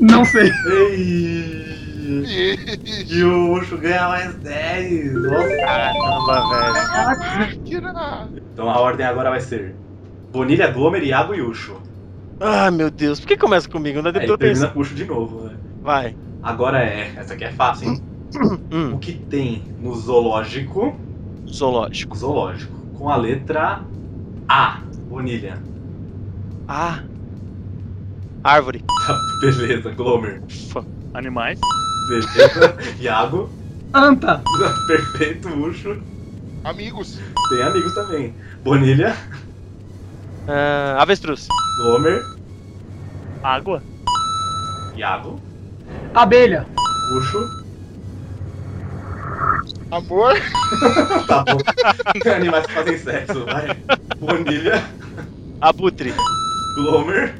S5: Não sei.
S1: Ei. E o Ucho ganha mais 10. Nossa.
S3: Caramba, velho.
S4: Tira.
S1: Então a ordem agora vai ser Bonilha, Glomer, Iago e Ucho.
S3: Ah, meu Deus. Por que começa comigo? Não deve
S1: Aí
S3: ter
S1: termina com o Ucho de novo. né?
S3: Vai.
S1: Agora é. Essa aqui é fácil, hein?
S3: Hum,
S1: O que tem no zoológico?
S3: zoológico.
S1: Zoológico. Com a letra A. Bonilha.
S3: Ah. Árvore.
S1: Tá, beleza, Glomer.
S3: Ufa.
S2: Animais.
S1: Beleza. Iago.
S5: Anta.
S1: Perfeito, Ucho.
S4: Amigos.
S1: Tem amigos também. Bonilha,
S3: Ah, avestruz.
S1: Glomer,
S2: Água.
S1: Iago,
S5: Abelha.
S1: Ucho.
S4: Amor.
S1: Tá bom. Tem animais que fazem sexo, vai. Bonilha,
S3: Abutre.
S1: Glomer.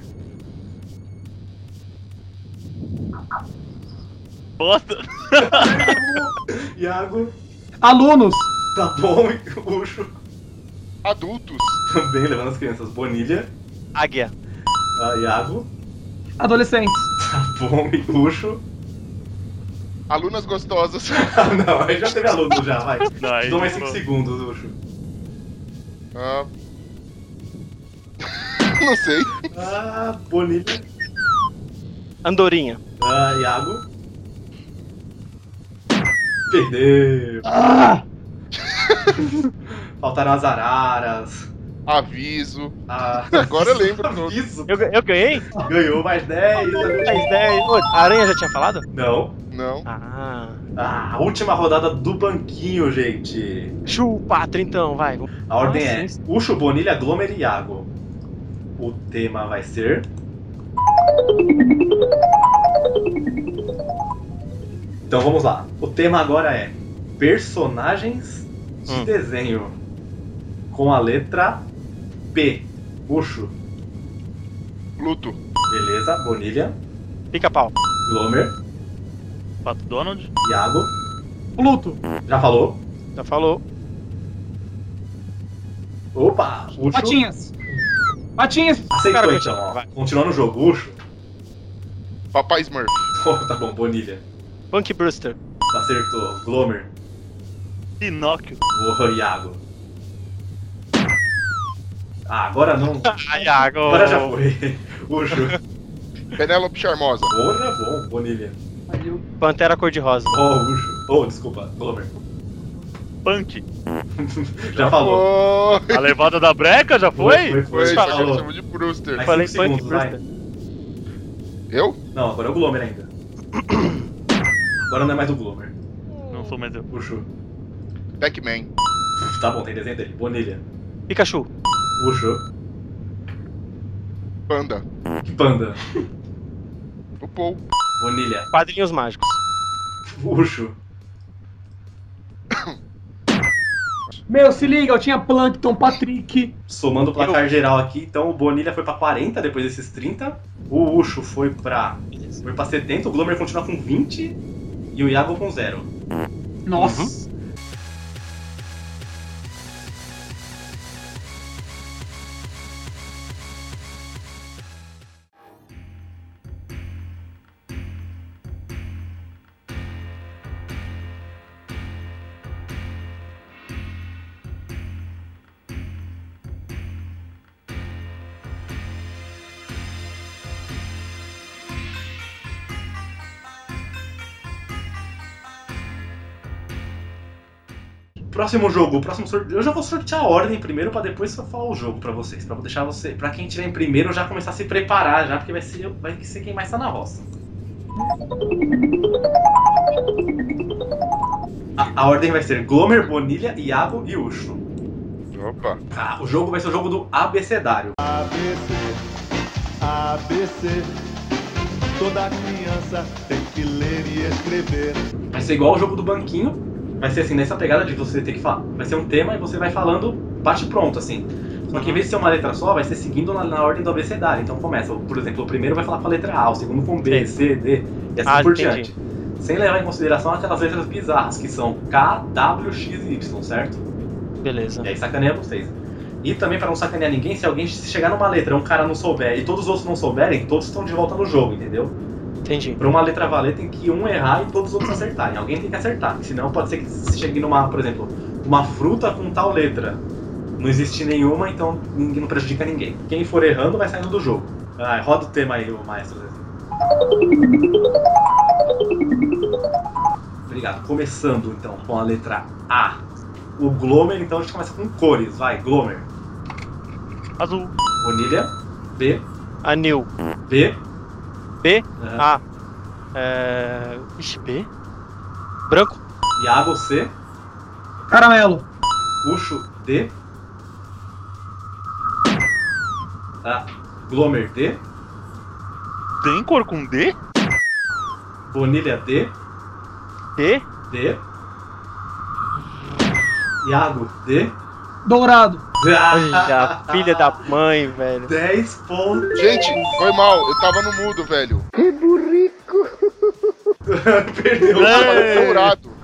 S2: Bosta.
S1: Iago.
S5: Alunos.
S1: Tá bom, Ucho.
S4: Adultos.
S1: Também levando as crianças. Bonilha,
S3: Águia.
S1: ah, Iago.
S5: Adolescentes.
S1: Tá bom, Ucho.
S4: Alunas gostosas.
S1: Ah, não, aí já teve aluno já, vai.
S2: Não, aí
S1: Dou mais
S2: não.
S1: 5 segundos, Ucho.
S4: Ah. Não sei.
S1: Ah, Bonilha.
S3: Andorinha.
S1: Ah, Iago. Perdeu.
S4: Ah!
S1: Faltaram as araras.
S4: Aviso.
S1: Ah,
S4: Agora eu lembro.
S1: Isso,
S3: Eu, eu ganhei?
S1: ganhou mais 10.
S3: Mais 10. Ô, a aranha já tinha falado?
S1: Não.
S4: Não.
S3: Ah.
S1: Ah, última rodada do banquinho, gente.
S3: Chupa, trintão, vai.
S1: A ordem
S3: Ah,
S1: é Ucho, Bonilha, Glomer e Iago. O tema vai ser. Então vamos lá. O tema agora é personagens de
S3: Hum.
S1: desenho. Com a letra P. Ucho.
S4: Pluto.
S1: Beleza, Bonilha,
S3: Pica-pau.
S1: Glomer,
S2: Pato Donald.
S1: Iago.
S5: Pluto.
S1: Já falou?
S3: Já falou.
S1: Opa! Ucho.
S5: Patinhas. Patinhas.
S1: Aceitou
S3: Cara,
S1: então, ó.
S3: vai.
S1: Continuando o jogo, Ucho.
S4: Papai Smurf.
S1: Oh, tá bom, Bonilha.
S3: Punk Brewster.
S1: Acertou. Glomer.
S2: Pinóquio.
S1: Boa, Iago. Ah, agora não.
S3: Ai, agora.
S1: Agora já foi. Ucho.
S4: Penélope Charmosa.
S1: Boa, bom, Bonilha.
S3: Pantera cor-de-rosa.
S1: Oh, Ucho. Oh, desculpa, Glomer.
S2: Punk.
S1: Já falou.
S4: Oi.
S2: A levada da breca já
S1: Foi,
S2: foi?
S1: foi.
S4: Foi, só que ele
S1: Falou.
S4: chamou de Brewster.
S1: Mais
S3: Falei
S1: cinco
S3: Punk
S1: segundos, vai.
S3: Brewster.
S4: Eu?
S1: Não, agora é o Glomer ainda. Agora não é mais o Glomer.
S2: Não sou mais eu.
S1: Ucho.
S4: Pac-Man.
S1: Tá bom, tem desenho dele. Bonilha.
S3: Pikachu.
S1: Ucho.
S4: Panda.
S1: Panda.
S4: O Paul.
S1: Bonilha.
S3: Quadrinhos mágicos.
S1: Ucho.
S5: Meu, se liga, eu tinha Plankton, Patrick.
S1: Somando o placar geral aqui, então o Bonilha foi pra 40 depois desses 30. O Ucho foi pra, foi pra 70, o Glomer continua com 20 e o Iago com 0.
S2: Uhum.
S6: Nossa.
S1: Próximo jogo, próximo sorteio. Eu já vou sortear a ordem primeiro pra depois só falar o jogo pra vocês, Pra deixar você, para quem tiver em primeiro já começar a se preparar já, porque vai ser vai ser quem mais tá na roça. A, a ordem vai ser Glomer, Bonilha, Iago e Ucho.
S4: Opa.
S1: Ah, o jogo vai ser o jogo do abecedário. ABC, ABC. Toda criança tem que ler e escrever. Vai ser igual o jogo do banquinho. Vai ser assim, nessa pegada de você ter que falar. Vai ser um tema e você vai falando bate pronto, assim. Só que em vez de ser uma letra só, vai ser seguindo na, na ordem do abecedário. Então começa, por exemplo, o primeiro vai falar com a letra A, o segundo com B, C, D, e assim
S3: Ah,
S1: por
S3: entendi.
S1: diante. Sem levar em consideração aquelas letras bizarras, que são K, W, X e Y, certo?
S3: Beleza.
S1: E aí sacaneia vocês. E também pra não sacanear ninguém, se alguém se chegar numa letra um cara não souber e todos os outros não souberem, todos estão de volta no jogo, entendeu?
S3: Entendi.
S1: Pra uma letra valer tem que um errar e todos os outros acertarem. Alguém tem que acertar. Senão pode ser que se chegue numa, por exemplo, uma fruta com tal letra. Não existe nenhuma, então ninguém não prejudica ninguém. Quem for errando vai saindo do jogo. Ah, roda o tema aí, ô maestro. Obrigado. Começando então com a letra A. O Glomer, então a gente começa com cores. Vai, Glomer.
S2: Azul.
S1: Bonilha. B.
S3: Anil.
S1: B.
S3: B.
S1: Aham.
S3: A. É... Ixi, B. Branco.
S1: Iago C.
S6: Caramelo.
S1: Ucho D. Ah, Glomer D.
S2: Tem cor com D?
S1: Bonilha D.
S3: D.
S1: D. Iago D.
S6: Dourado.
S3: Olha, filha da mãe, velho.
S1: 10 pontos.
S4: Gente, foi mal. Eu tava no mudo, velho.
S1: Perdeu.
S4: Eu tava dourado.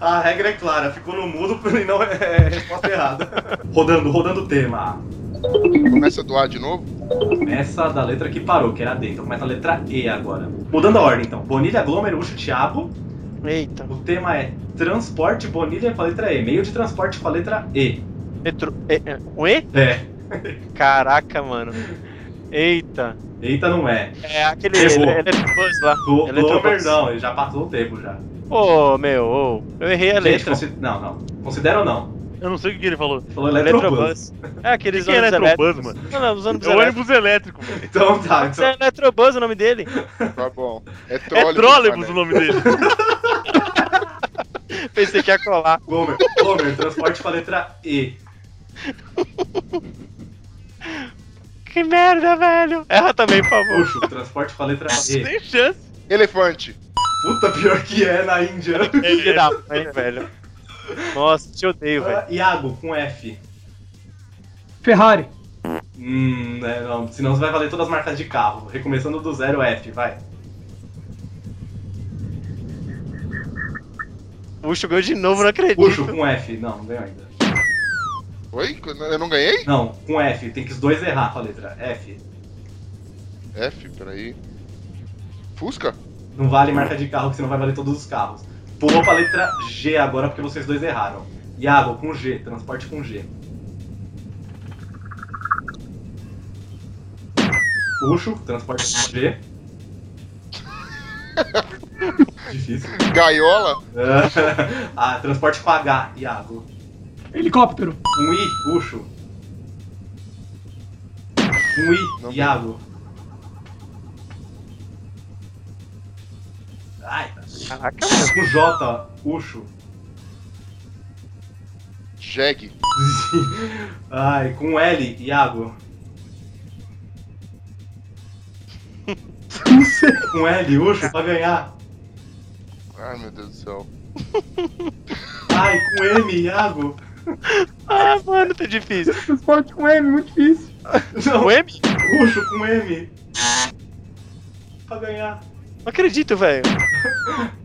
S1: A regra é clara, ficou no mudo e não é resposta errada. Rodando, rodando o tema.
S4: Começa a doar de novo.
S1: Começa da letra que parou, que era D. Então começa a letra E agora. Mudando a ordem então. Bonilha, Glomer, Ucho, Thiago.
S3: Eita.
S1: O tema é transporte Bonilha com a letra E. Meio de transporte com a letra E.
S3: Metro. E, é, um E?
S1: É.
S3: Caraca, mano. Eita.
S1: Eita, não é.
S3: É aquele
S1: Errou.
S3: ele- eletrobus lá.
S1: Do, do
S3: Eletrobus.
S1: perdão, ele já passou o tempo já.
S3: Ô, meu, ô. Eu errei a É letra.
S1: Gente, consi- Não, não. Considera ou não?
S2: Eu não sei o que que ele falou.
S1: Falou eletrobus.
S3: Eletrobus. É aqueles
S2: Que que é
S3: ônibus
S2: Eletrobus,
S3: elétricos. Não, não, os
S2: É
S3: ônibus
S2: o
S3: elétricos.
S2: ônibus elétrico. velho.
S1: Então tá,
S3: Isso é
S1: então.
S3: Eletrobus o nome dele.
S4: Tá bom. É
S2: É
S4: trólebus.
S2: trólebus o
S4: cara.
S2: nome dele.
S3: Pensei que ia colar.
S1: Gomer, Gomer, transporte com a letra E.
S3: Que merda, velho. Erra também, por favor.
S1: Puxo, transporte com a letra E.
S2: Sem chance.
S4: Elefante.
S1: Puta, pior que é na Índia.
S3: Filho da mãe, velho. Nossa, te odeio, velho.
S1: Ah, Iago, com F.
S6: Ferrari.
S1: Hum, é, não, senão você vai valer todas as marcas de carro. Recomeçando do zero F, vai.
S3: Puxa, ganhou de novo, não acredito.
S1: Puxo, com F. Não, não ganhou ainda.
S4: Oi? Eu não ganhei?
S1: Não, com F. Tem que os dois errar com a letra F.
S4: F, peraí. Fusca?
S1: Não vale marca de carro, que senão vai valer todos os carros. Pulou pra letra G agora, porque vocês dois erraram. Iago, com G. Transporte com G. Puxo, transporte com G. Difícil.
S4: Gaiola?
S1: ah, transporte com H, Iago.
S6: Helicóptero.
S1: Um I, Ucho. Um I,
S4: Não
S1: Iago. Ai, tá
S3: Caraca, mano.
S1: com J, Ucho.
S4: Jeg.
S1: Ai, com L, Iago. Com L, Ucho, pra ganhar.
S4: Ai, meu Deus do céu.
S1: Ai, com M, Iago.
S3: Ah, mano, tá difícil.
S6: Transporte com M, muito difícil.
S1: Não,
S3: O M?
S1: Ucho com M. Pra ganhar.
S3: Não acredito, velho.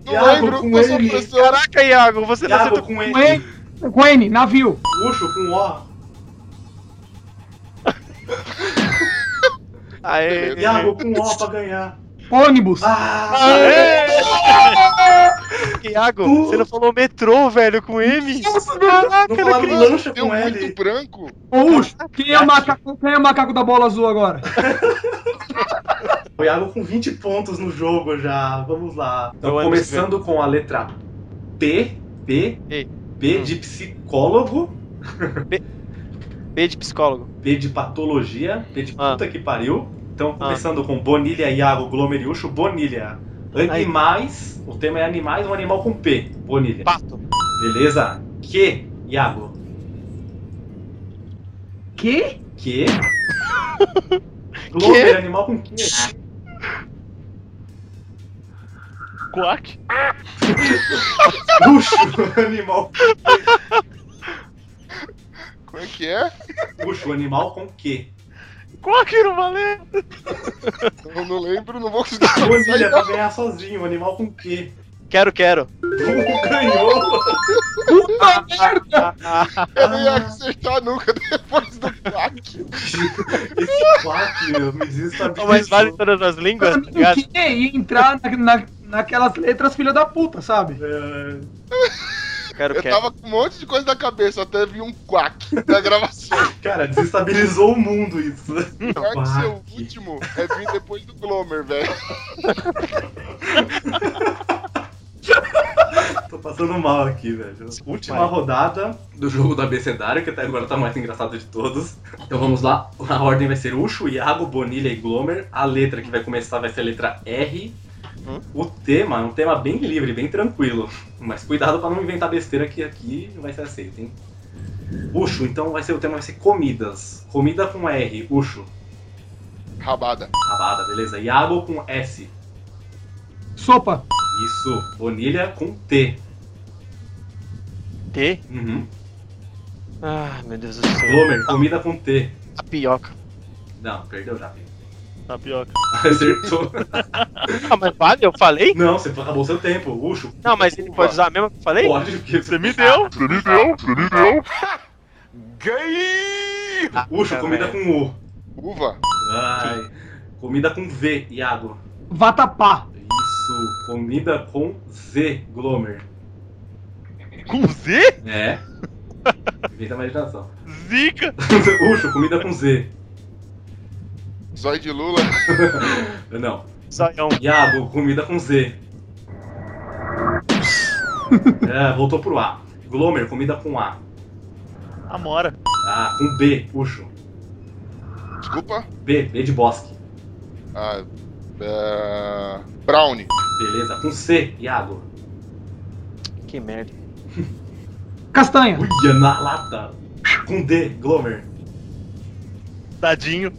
S4: Não
S1: Iago,
S4: lembro,
S1: com
S4: passou
S1: ele.
S4: pressão.
S3: Caraca, Iago, você tá
S1: Iago
S3: sendo.
S1: com
S6: Com
S1: E,
S6: N, com N, navio.
S1: Ucho com O.
S3: Aê.
S1: Iago com O pra ganhar.
S6: Ônibus.
S1: Ah,
S3: Aê. Iago, você não falou metrô, velho, com M?
S1: não falaram lancha
S4: Deu
S1: com
S4: muito
S1: L.
S4: branco.
S6: Ô, Ucho, quem é, o macaco, quem é o macaco da bola azul agora?
S1: O Iago com 20 pontos no jogo já. Vamos lá. Então,
S3: Eu ando
S1: começando com a letra P. P.
S3: Ei.
S1: P
S3: Hum.
S1: de psicólogo.
S3: B de psicólogo.
S1: P de patologia, P de
S3: Ah.
S1: puta que pariu. Então, começando com Bonilha, Iago, Glomeriucho, Bonilha. Animais, o tema é animais, um animal com P, Bonilha.
S3: Pato.
S1: Beleza? Que, Iago?
S6: Que?
S1: Que? Glomer, é animal com né? que?
S2: Quack.
S1: Luxo, animal.
S4: Como é que é?
S1: Luxo, animal com que?
S2: Quack não valeu.
S4: Eu não lembro, não vou conseguir
S1: Bonilha,
S4: pensar.
S1: pra ganhar sozinho, animal com que?
S3: Quero, quero.
S1: Ganhou!
S6: Puta merda!
S4: Eu não ia acertar nunca depois do plaque.
S1: Esse quack, meu, me desestabilizou.
S3: Mas vale todas as línguas, tá ligado?
S6: Que ia é entrar na, na- naquelas letras filha da puta, sabe?
S1: É,
S3: Quero,
S4: Eu
S3: quero.
S4: tava com um monte de coisa na cabeça, até vi um quack na gravação.
S1: Cara, desestabilizou o mundo isso.
S4: O Pior que seu
S1: Quack.
S4: último é vir depois do Glomer, velho.
S1: Tô passando mal aqui, velho. Última rodada do jogo do abecedário, que até agora tá mais engraçado de todos. Então vamos lá. A ordem vai ser Ucho, Iago, Bonilha e Glomer. A letra que vai começar vai ser a letra R.
S3: Hum?
S1: O tema é um tema bem livre, bem tranquilo. Mas cuidado pra não inventar besteira que aqui não vai ser aceito, hein? Ucho, então vai ser o tema vai ser comidas. Comida com R, Ucho.
S4: Rabada.
S1: Rabada, beleza. Iago com S.
S6: Sopa.
S1: Isso. Bonilha com T.
S3: T?
S1: Uhum.
S3: Ah, meu Deus do céu.
S1: Glomer, comida com T.
S3: Tapioca.
S1: Não, perdeu já, filho.
S2: Tapioca.
S1: Acertou.
S3: Ah, mas vale, eu falei?
S1: Não, você acabou seu tempo, Ucho.
S3: Não, mas ele pode usar a mesma que eu falei?
S1: Pode, porque tá
S2: Você me deu.
S4: Você me deu, você me deu.
S1: Ucho, comida com U.
S4: Uva.
S1: Ai. Comida com V, Iago.
S6: Vatapá.
S1: Isso. Comida com Z, Glomer.
S2: Com Z?
S1: É. Inventa a imaginação.
S2: Zica.
S1: Ucho, comida com Z.
S4: Zóio de Lula.
S1: Não.
S3: Zoião.
S1: Iago, comida com Z. É, voltou pro A. Glomer, comida com A.
S2: Amora.
S1: Ah, com B, Ucho.
S4: Desculpa.
S1: B, B de bosque.
S4: Ah, é... Brownie.
S1: Beleza. Com C, Iago.
S3: Que merda.
S6: Castanha.
S1: Uia, na lata. Com D, Glomer.
S2: Tadinho.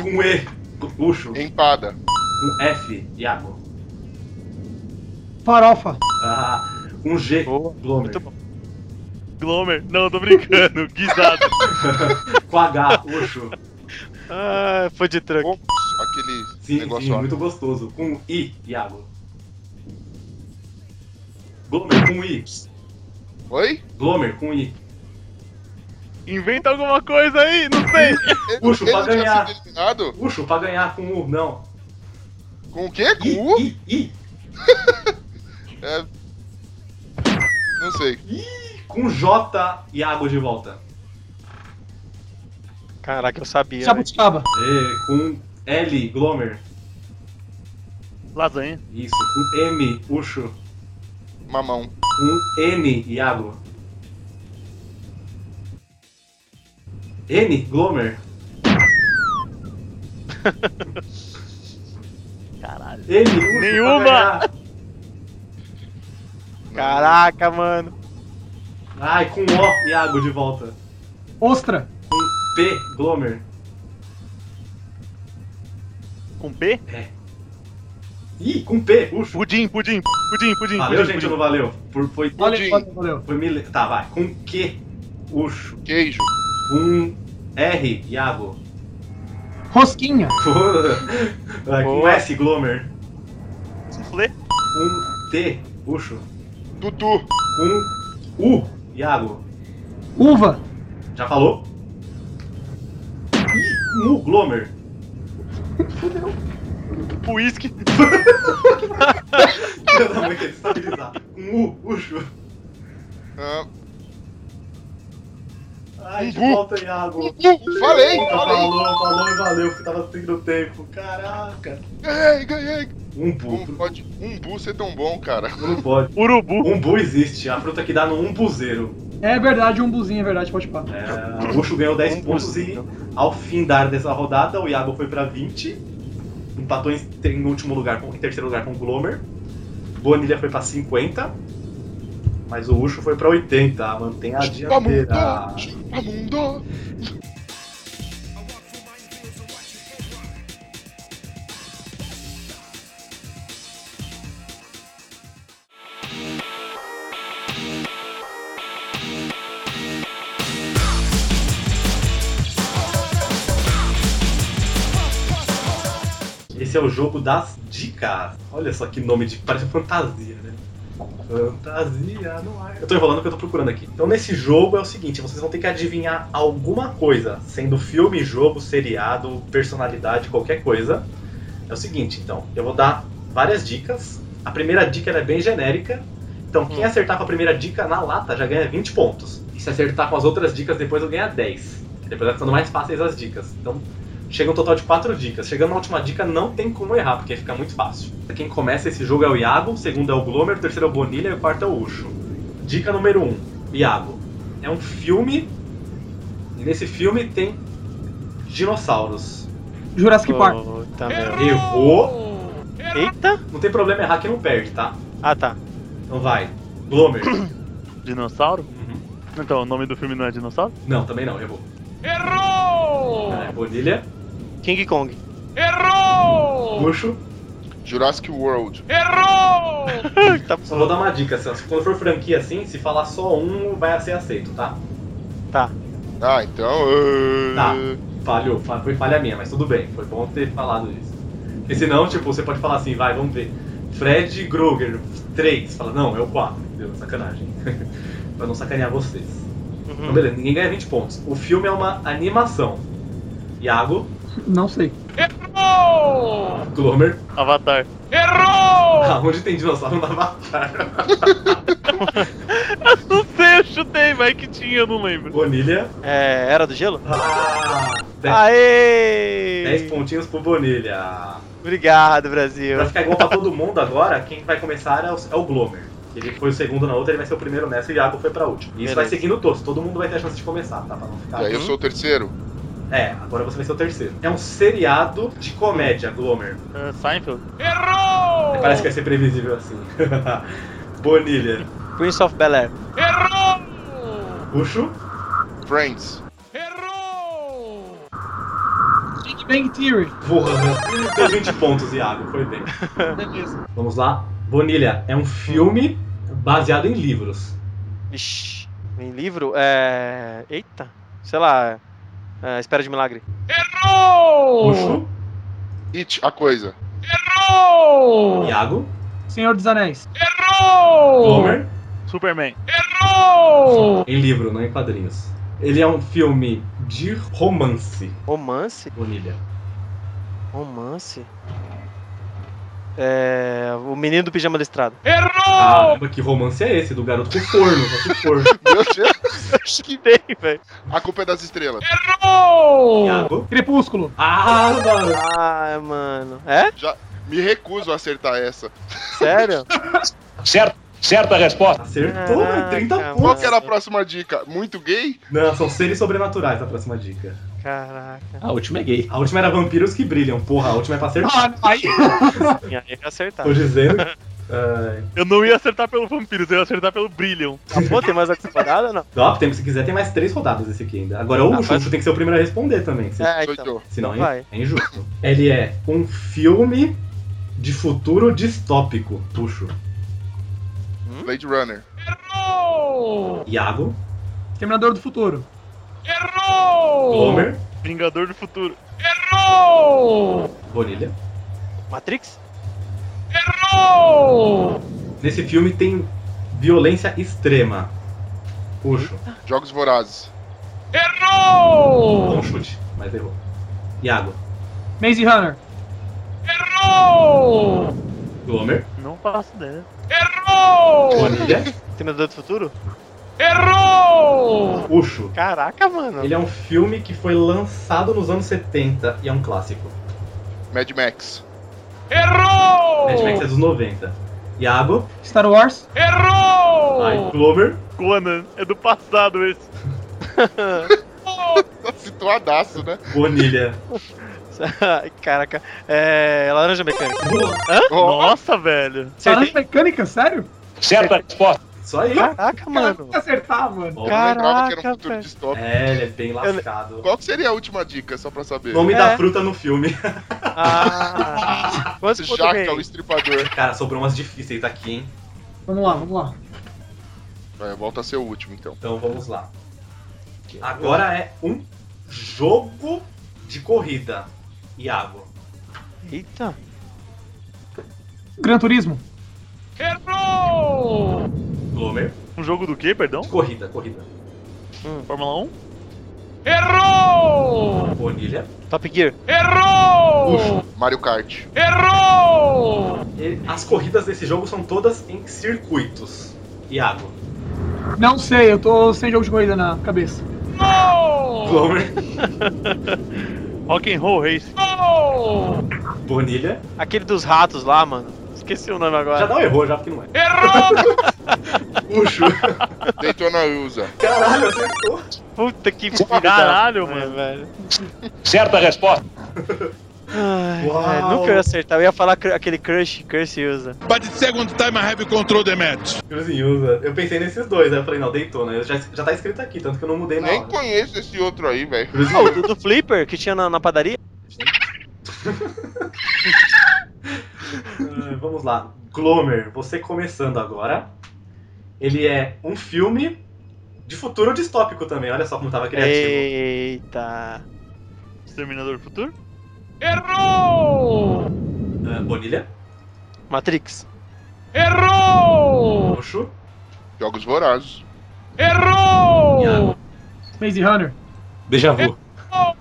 S1: Com E, Ucho.
S4: Empada.
S1: Com F, Iago.
S6: Farofa.
S1: Ah, com G,
S3: Boa,
S1: Glomer.
S3: muito bom.
S2: Glomer. Não, tô brincando. Guisado.
S1: Com H, Ucho.
S3: Ah, foi de truck.
S4: Pompos. Aquele
S1: Sim,
S4: negócio
S1: sim,
S4: lá.
S1: muito gostoso. Com I, Iago. Glomer com I.
S4: Oi?
S1: Glomer com I.
S2: Inventa alguma coisa aí. Não sei.
S4: Ele,
S1: Puxa,
S4: ele
S1: pra
S4: não tinha
S1: ganhar.
S4: sido eliminado?
S1: Ucho, pra ganhar com U, não.
S4: Com o quê? Com
S1: I,
S4: o U? É.
S1: I, I.
S4: Não sei.
S1: Com J, Iago de volta.
S3: Caraca, eu sabia. velho.
S6: Jabuticaba.
S1: E, com L, Glomer.
S2: Lasanha.
S1: Isso. Com M, Ucho.
S4: Mamão.
S1: Com Um N, Iago. N, Glomer.
S2: Caralho.
S1: N, Ucho, pra
S2: Nenhuma!
S1: ganhar.
S3: Caraca, mano.
S1: Ai, com O, Iago de volta.
S6: Ostra.
S1: Com P, Glomer.
S2: Com P?
S1: Ih, com P, puxa.
S2: Pudim, pudim. Pudim, pudim.
S1: Valeu,
S2: pudim,
S1: gente, ou
S2: pudim.
S1: não valeu? Por, foi,
S6: Valeu,
S4: Pudim.
S6: valeu, valeu.
S1: foi mil... Tá, vai. Com Q, Ucho.
S4: Queijo.
S1: Com R, Iago.
S6: Rosquinha.
S1: Vai, com
S3: Boa.
S1: S, Glomer.
S2: Suflê.
S1: Um T, Ucho.
S4: Tutu.
S1: Um U, Iago.
S6: Uva.
S1: Já falou? Ih, Um U, Glomer.
S2: Puísque.
S1: Filha da mãe, quer destabilizar. Um U, Ucho.
S4: Ah,
S1: Ai, de
S4: Um U.
S1: volta, Iago.
S4: Tutu. Falei,
S1: Puta,
S4: falei.
S1: Falou, falou e valeu, porque tava tendo tempo. Caraca.
S4: Ganhei, ganhei.
S1: Um
S4: Como
S1: bu.
S4: pode um bu ser tão bom, cara?
S1: Não pode.
S2: Urubu.
S1: Umbu existe, a fruta que dá no umbuzeiro.
S6: É verdade, um buzinho, é verdade, pode pá.
S1: É, o Ucho ganhou 10 pontos e ao findar dessa rodada, o Iago foi pra 20. Empatou em, em último lugar, com- em terceiro lugar com o Glomer. Bonilha foi pra 50. Mas o Ucho foi pra 80, mantém a
S4: tá
S1: dianteira.
S4: Chupamundo! Chupamundo!
S1: Esse é o jogo das dicas. Olha só que nome de. Parece fantasia, né? Fantasia no ar. Eu tô enrolando porque eu tô procurando aqui. Então, nesse jogo é o seguinte: vocês vão ter que adivinhar alguma coisa, sendo filme, jogo, seriado, personalidade, qualquer coisa. É o seguinte, então, eu vou dar várias dicas. A primeira dica ela é bem genérica. Então, quem acertar com a primeira dica na lata já ganha 20 pontos. E se acertar com as outras dicas, depois eu ganho 10. Depois vai ficando mais fáceis as dicas. Então, Chega um total de quatro dicas. Chegando na última dica, não tem como errar, porque fica muito fácil. Quem começa esse jogo é o Iago, o segundo é o Glomer, o terceiro é o Bonilha e o quarto é o Ucho. Dica número um, Iago. É um filme. E nesse filme tem dinossauros.
S6: Jurassic Park.
S3: Puta merda.
S1: Errou.
S3: é, Eita!
S1: Não tem problema errar que não perde, tá?
S3: Ah, tá.
S1: Então vai. Glomer.
S2: Dinossauro?
S1: Uhum.
S2: Então, o nome do filme não é dinossauro?
S1: Não, também não, errou. Errou! Bonilha.
S3: King Kong.
S1: Ucho.
S4: Jurassic World.
S3: Tá,
S1: Só vou dar uma dica, Celso. Quando for franquia assim, se falar só um, vai ser aceito, tá?
S3: tá.
S4: Ah, então. ah,
S1: Tá. Falhou, fa- foi falha minha, mas tudo bem, foi bom ter falado isso. Porque senão, tipo, você pode falar assim, vai, vamos ver. Fred Krueger, 3. Fala, não, é o 4, entendeu? Sacanagem. pra não sacanear vocês. Então,
S3: Uhum.
S1: beleza, ninguém ganha 20 pontos. O filme é uma animação. Iago,
S6: Não sei.
S1: Glomer,
S2: Avatar.
S1: aonde tem dinossauro na Avatar?
S2: Não sei, eu chutei, vai que tinha, eu não lembro.
S1: Bonilha.
S3: É, Era do Gelo?
S1: Ah, 10,
S3: Aê!
S1: 10 pontinhos pro Bonilha.
S3: Obrigado, Brasil.
S1: Vai ficar igual pra todo mundo agora, quem vai começar é o, é o Glomer. Ele foi o segundo na outra, ele vai ser o primeiro nessa e o Iago foi pra última. E isso
S3: Beleza.
S1: vai seguindo todos, todo mundo vai ter a chance de começar, tá? Pra não ficar.
S4: E aí eu sou o terceiro.
S1: É, agora você vai ser o terceiro. É um seriado de comédia, Glomer.
S2: Ah, Seinfeld?
S1: Parece que vai ser previsível assim. Bonilha.
S3: Prince of Bel Air.
S1: Puxo.
S4: Friends.
S6: Big Bang Theory.
S1: Porra, deu 20 pontos, Iago, foi bem.
S6: Beleza.
S1: Vamos lá. Bonilha, é um filme baseado em livros.
S3: Ixi, em livro? É. Eita. Sei lá. é, Espera de Milagre.
S1: Puxo.
S4: It, a coisa.
S1: Iago.
S6: Senhor dos Anéis.
S1: Glomer.
S2: Superman.
S1: Em livro, não em quadrinhos. Ele é um filme de romance,
S3: Romance?
S1: Bonilha.
S3: Romance? É. O Menino do Pijama Listrado.
S1: Ah, Caramba, que romance é esse? Do garoto com forno, só que forno.
S4: Meu Deus.
S3: Chutei, velho.
S4: A culpa é das estrelas.
S1: Iago.
S6: Crepúsculo.
S1: Ah, mano.
S3: Ah, mano. É?
S4: Me recuso a acertar essa.
S3: Sério?
S7: Certa, certa resposta.
S1: Acertou, mano. 30
S3: Caraca,
S1: pontos.
S4: Qual que era a próxima dica? Muito gay?
S1: Não, são seres sobrenaturais a próxima dica.
S3: Caraca.
S9: A última é gay.
S1: A última era vampiros que brilham. Porra, a última é pra
S3: Ah,
S1: acertar.
S6: Aí.
S3: Tinha que acertar.
S1: Tô dizendo. ah, Ai.
S2: Eu não ia acertar pelo Vampiros, eu ia acertar pelo Brillion.
S3: Ah, pô, tem mais alguma rodada ou não?
S1: Ó, tem- se quiser, tem mais três rodadas esse aqui ainda. Agora o
S3: Ah,
S1: Ucho,
S3: faz-
S1: Ucho tem que ser o primeiro a responder também. se-
S3: É,
S4: Sou
S3: então.
S4: eu.
S1: Senão
S3: então
S1: é, é injusto. Ele é um filme de futuro distópico. Puxo. Hum?
S4: Blade Runner.
S1: Iago,
S6: Terminador do Futuro.
S1: Glomer,
S2: Vingador do Futuro.
S1: Bonilha.
S3: Matrix?
S7: Errou!
S1: Nesse filme tem violência extrema. Puxo.
S4: Jogos Vorazes.
S1: Dá
S7: Errou!
S1: um chute, mas errou. Iago,
S6: Maze Runner.
S7: Errou!
S1: Glomer,
S2: Não faço ideia.
S7: Errou!
S1: Bonilha,
S3: Terminador do Futuro?
S7: Errou!
S1: Puxo.
S3: Caraca, mano.
S1: Ele é um filme que foi lançado nos anos 70 e é um clássico.
S4: Mad Max.
S7: Errou!
S1: Mad Max é dos 90. Iago,
S6: Star Wars.
S7: Errou!
S1: aí, Glomer,
S2: Conan, é do passado esse.
S4: Tá situadaço, né?
S1: Bonilha.
S3: Caraca. É. Laranja Mecânica.
S4: Ó,
S2: Nossa, velho.
S6: Laranja
S3: Acertei.
S6: Mecânica, sério?
S7: Certa resposta.
S1: Só aí.
S3: Caraca, mano.
S6: Tem que acertar, mano.
S1: Ó,
S4: eu não lembrava que era um
S3: Caraca,
S4: futuro
S3: velho.
S4: distópico.
S1: É, ele é bem lascado.
S4: Qual que seria a última dica, só pra saber?
S1: Nome da
S3: É.
S1: fruta no filme.
S3: Ah. Quantos pontos
S4: Jaca, é o
S3: ganhei?
S4: estripador.
S1: Cara, sobrou umas difíceis aqui, hein?
S6: Vamos lá, vamos lá.
S4: Vai, volta a ser o último, então.
S1: Então vamos lá. Agora é um jogo de corrida. Iago.
S3: Eita.
S6: Gran Turismo.
S7: Errou!
S1: Glomer.
S2: Um jogo do quê, perdão?
S1: Corrida, corrida.
S2: Fórmula 1?
S7: Errou!
S1: Bonilha.
S3: Top Gear.
S7: Errou!
S4: Mario Kart.
S7: Errou!
S1: Ele- As corridas desse jogo são todas em circuitos. Iago.
S6: Não sei, eu tô sem jogo de corrida na cabeça.
S7: Errou!
S1: Glomer.
S2: Rock and Roll Race.
S7: Errou!
S1: Bonilha.
S3: Aquele dos ratos lá, mano. Esqueci o nome
S1: Já
S3: agora.
S1: não errou, já porque não é.
S7: Errou!
S1: Puxo.
S4: Daytona USA.
S1: Caralho, acertou.
S3: Puta que filho
S2: Caralho,
S3: da-
S2: mano.
S3: É, velho.
S7: Certa resposta.
S3: Ai,
S1: Uau.
S3: velho, nunca ia acertar. Eu ia falar cr- aquele Crush, Curse usa.
S9: But the second time I have control the match.
S1: Cruzinho usa. Eu pensei nesses dois, aí eu falei, não, Daytona. Eu Já, já tá escrito aqui, tanto que eu não mudei na
S4: Nem
S1: hora.
S4: conheço esse outro aí, velho.
S3: Ah, o do, do Flipper que tinha na, na padaria?
S1: Ah, Vamos lá. Glomer, você começando agora. Ele é um filme de futuro distópico também. Olha só como tava criativo.
S3: Eita.
S2: Exterminador do Futuro?
S7: Errou!
S1: Ah, Bonilha,
S3: Matrix.
S7: Errou!
S1: Roxo,
S4: Jogos Vorazes.
S7: Errou!
S6: Maze Runner.
S1: Deja Vu.
S7: Errou!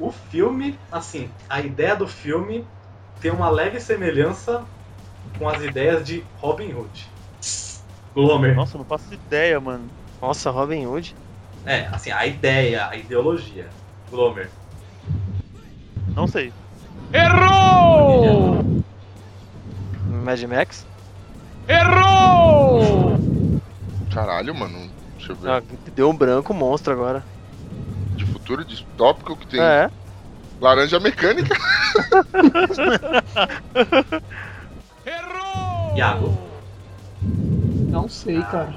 S1: O filme, assim, a ideia do filme tem uma leve semelhança com as ideias de Robin Hood.
S7: É.
S1: Glomer.
S2: Nossa, não faço ideia, mano.
S3: Nossa, Robin Hood.
S1: É, assim, a ideia, a ideologia. Glomer.
S2: Não sei.
S1: Oh.
S7: Errou!
S3: Mad Max.
S7: Errou!
S4: Caralho, mano. Deixa eu ver.
S3: Ah, deu um branco monstro agora.
S4: De futuro distópico que tem
S3: É.
S4: laranja mecânica.
S7: Errou!
S1: Iago.
S6: Não sei,
S1: Ah.
S6: cara.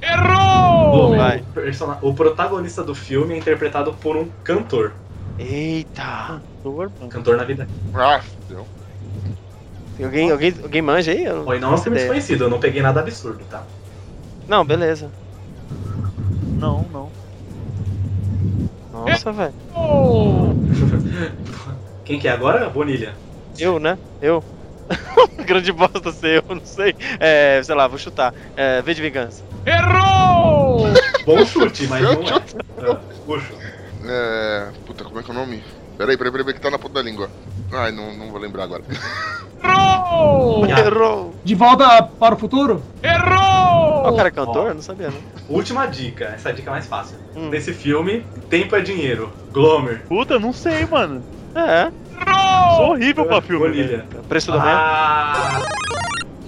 S7: Errou!
S1: Glomer,
S3: vai.
S1: o persona- o protagonista do filme é interpretado por um cantor. Um
S3: Eita.
S2: Dor, mano.
S1: Cantor na vida
S4: Ah, fudeu.
S3: Tem Alguém, alguém, alguém manja aí? Eu
S1: Foi não é um
S3: faço
S1: filme
S3: ideia.
S1: desconhecido, eu não peguei nada absurdo, tá?
S3: Não, beleza.
S2: Não, não.
S3: Nossa, velho.
S1: Quem que é agora? Bonilha.
S3: Eu, né? Eu. Grande bosta ser eu, não sei. É, sei lá, vou chutar. É, V de Vingança.
S7: Errou!
S1: Bom chute, mas não é. Ah, Puxa.
S4: É. Puta, como é que é o nome? Peraí, peraí, peraí, que tá na ponta da língua. Ai, não, não vou lembrar agora.
S7: Errou!
S1: Iago,
S3: Errou.
S6: De volta para o futuro?
S7: Errou!
S3: Ah, o cara é cantor? Eu não sabia, né?
S1: Última dica, essa é a dica mais fácil.
S3: Hum.
S1: Nesse filme, tempo é dinheiro. Glomer.
S2: Puta, não sei, mano.
S3: É.
S2: Sou horrível pra filme. velho.
S1: Bonilha.
S3: Preço do Meio.
S1: Ah,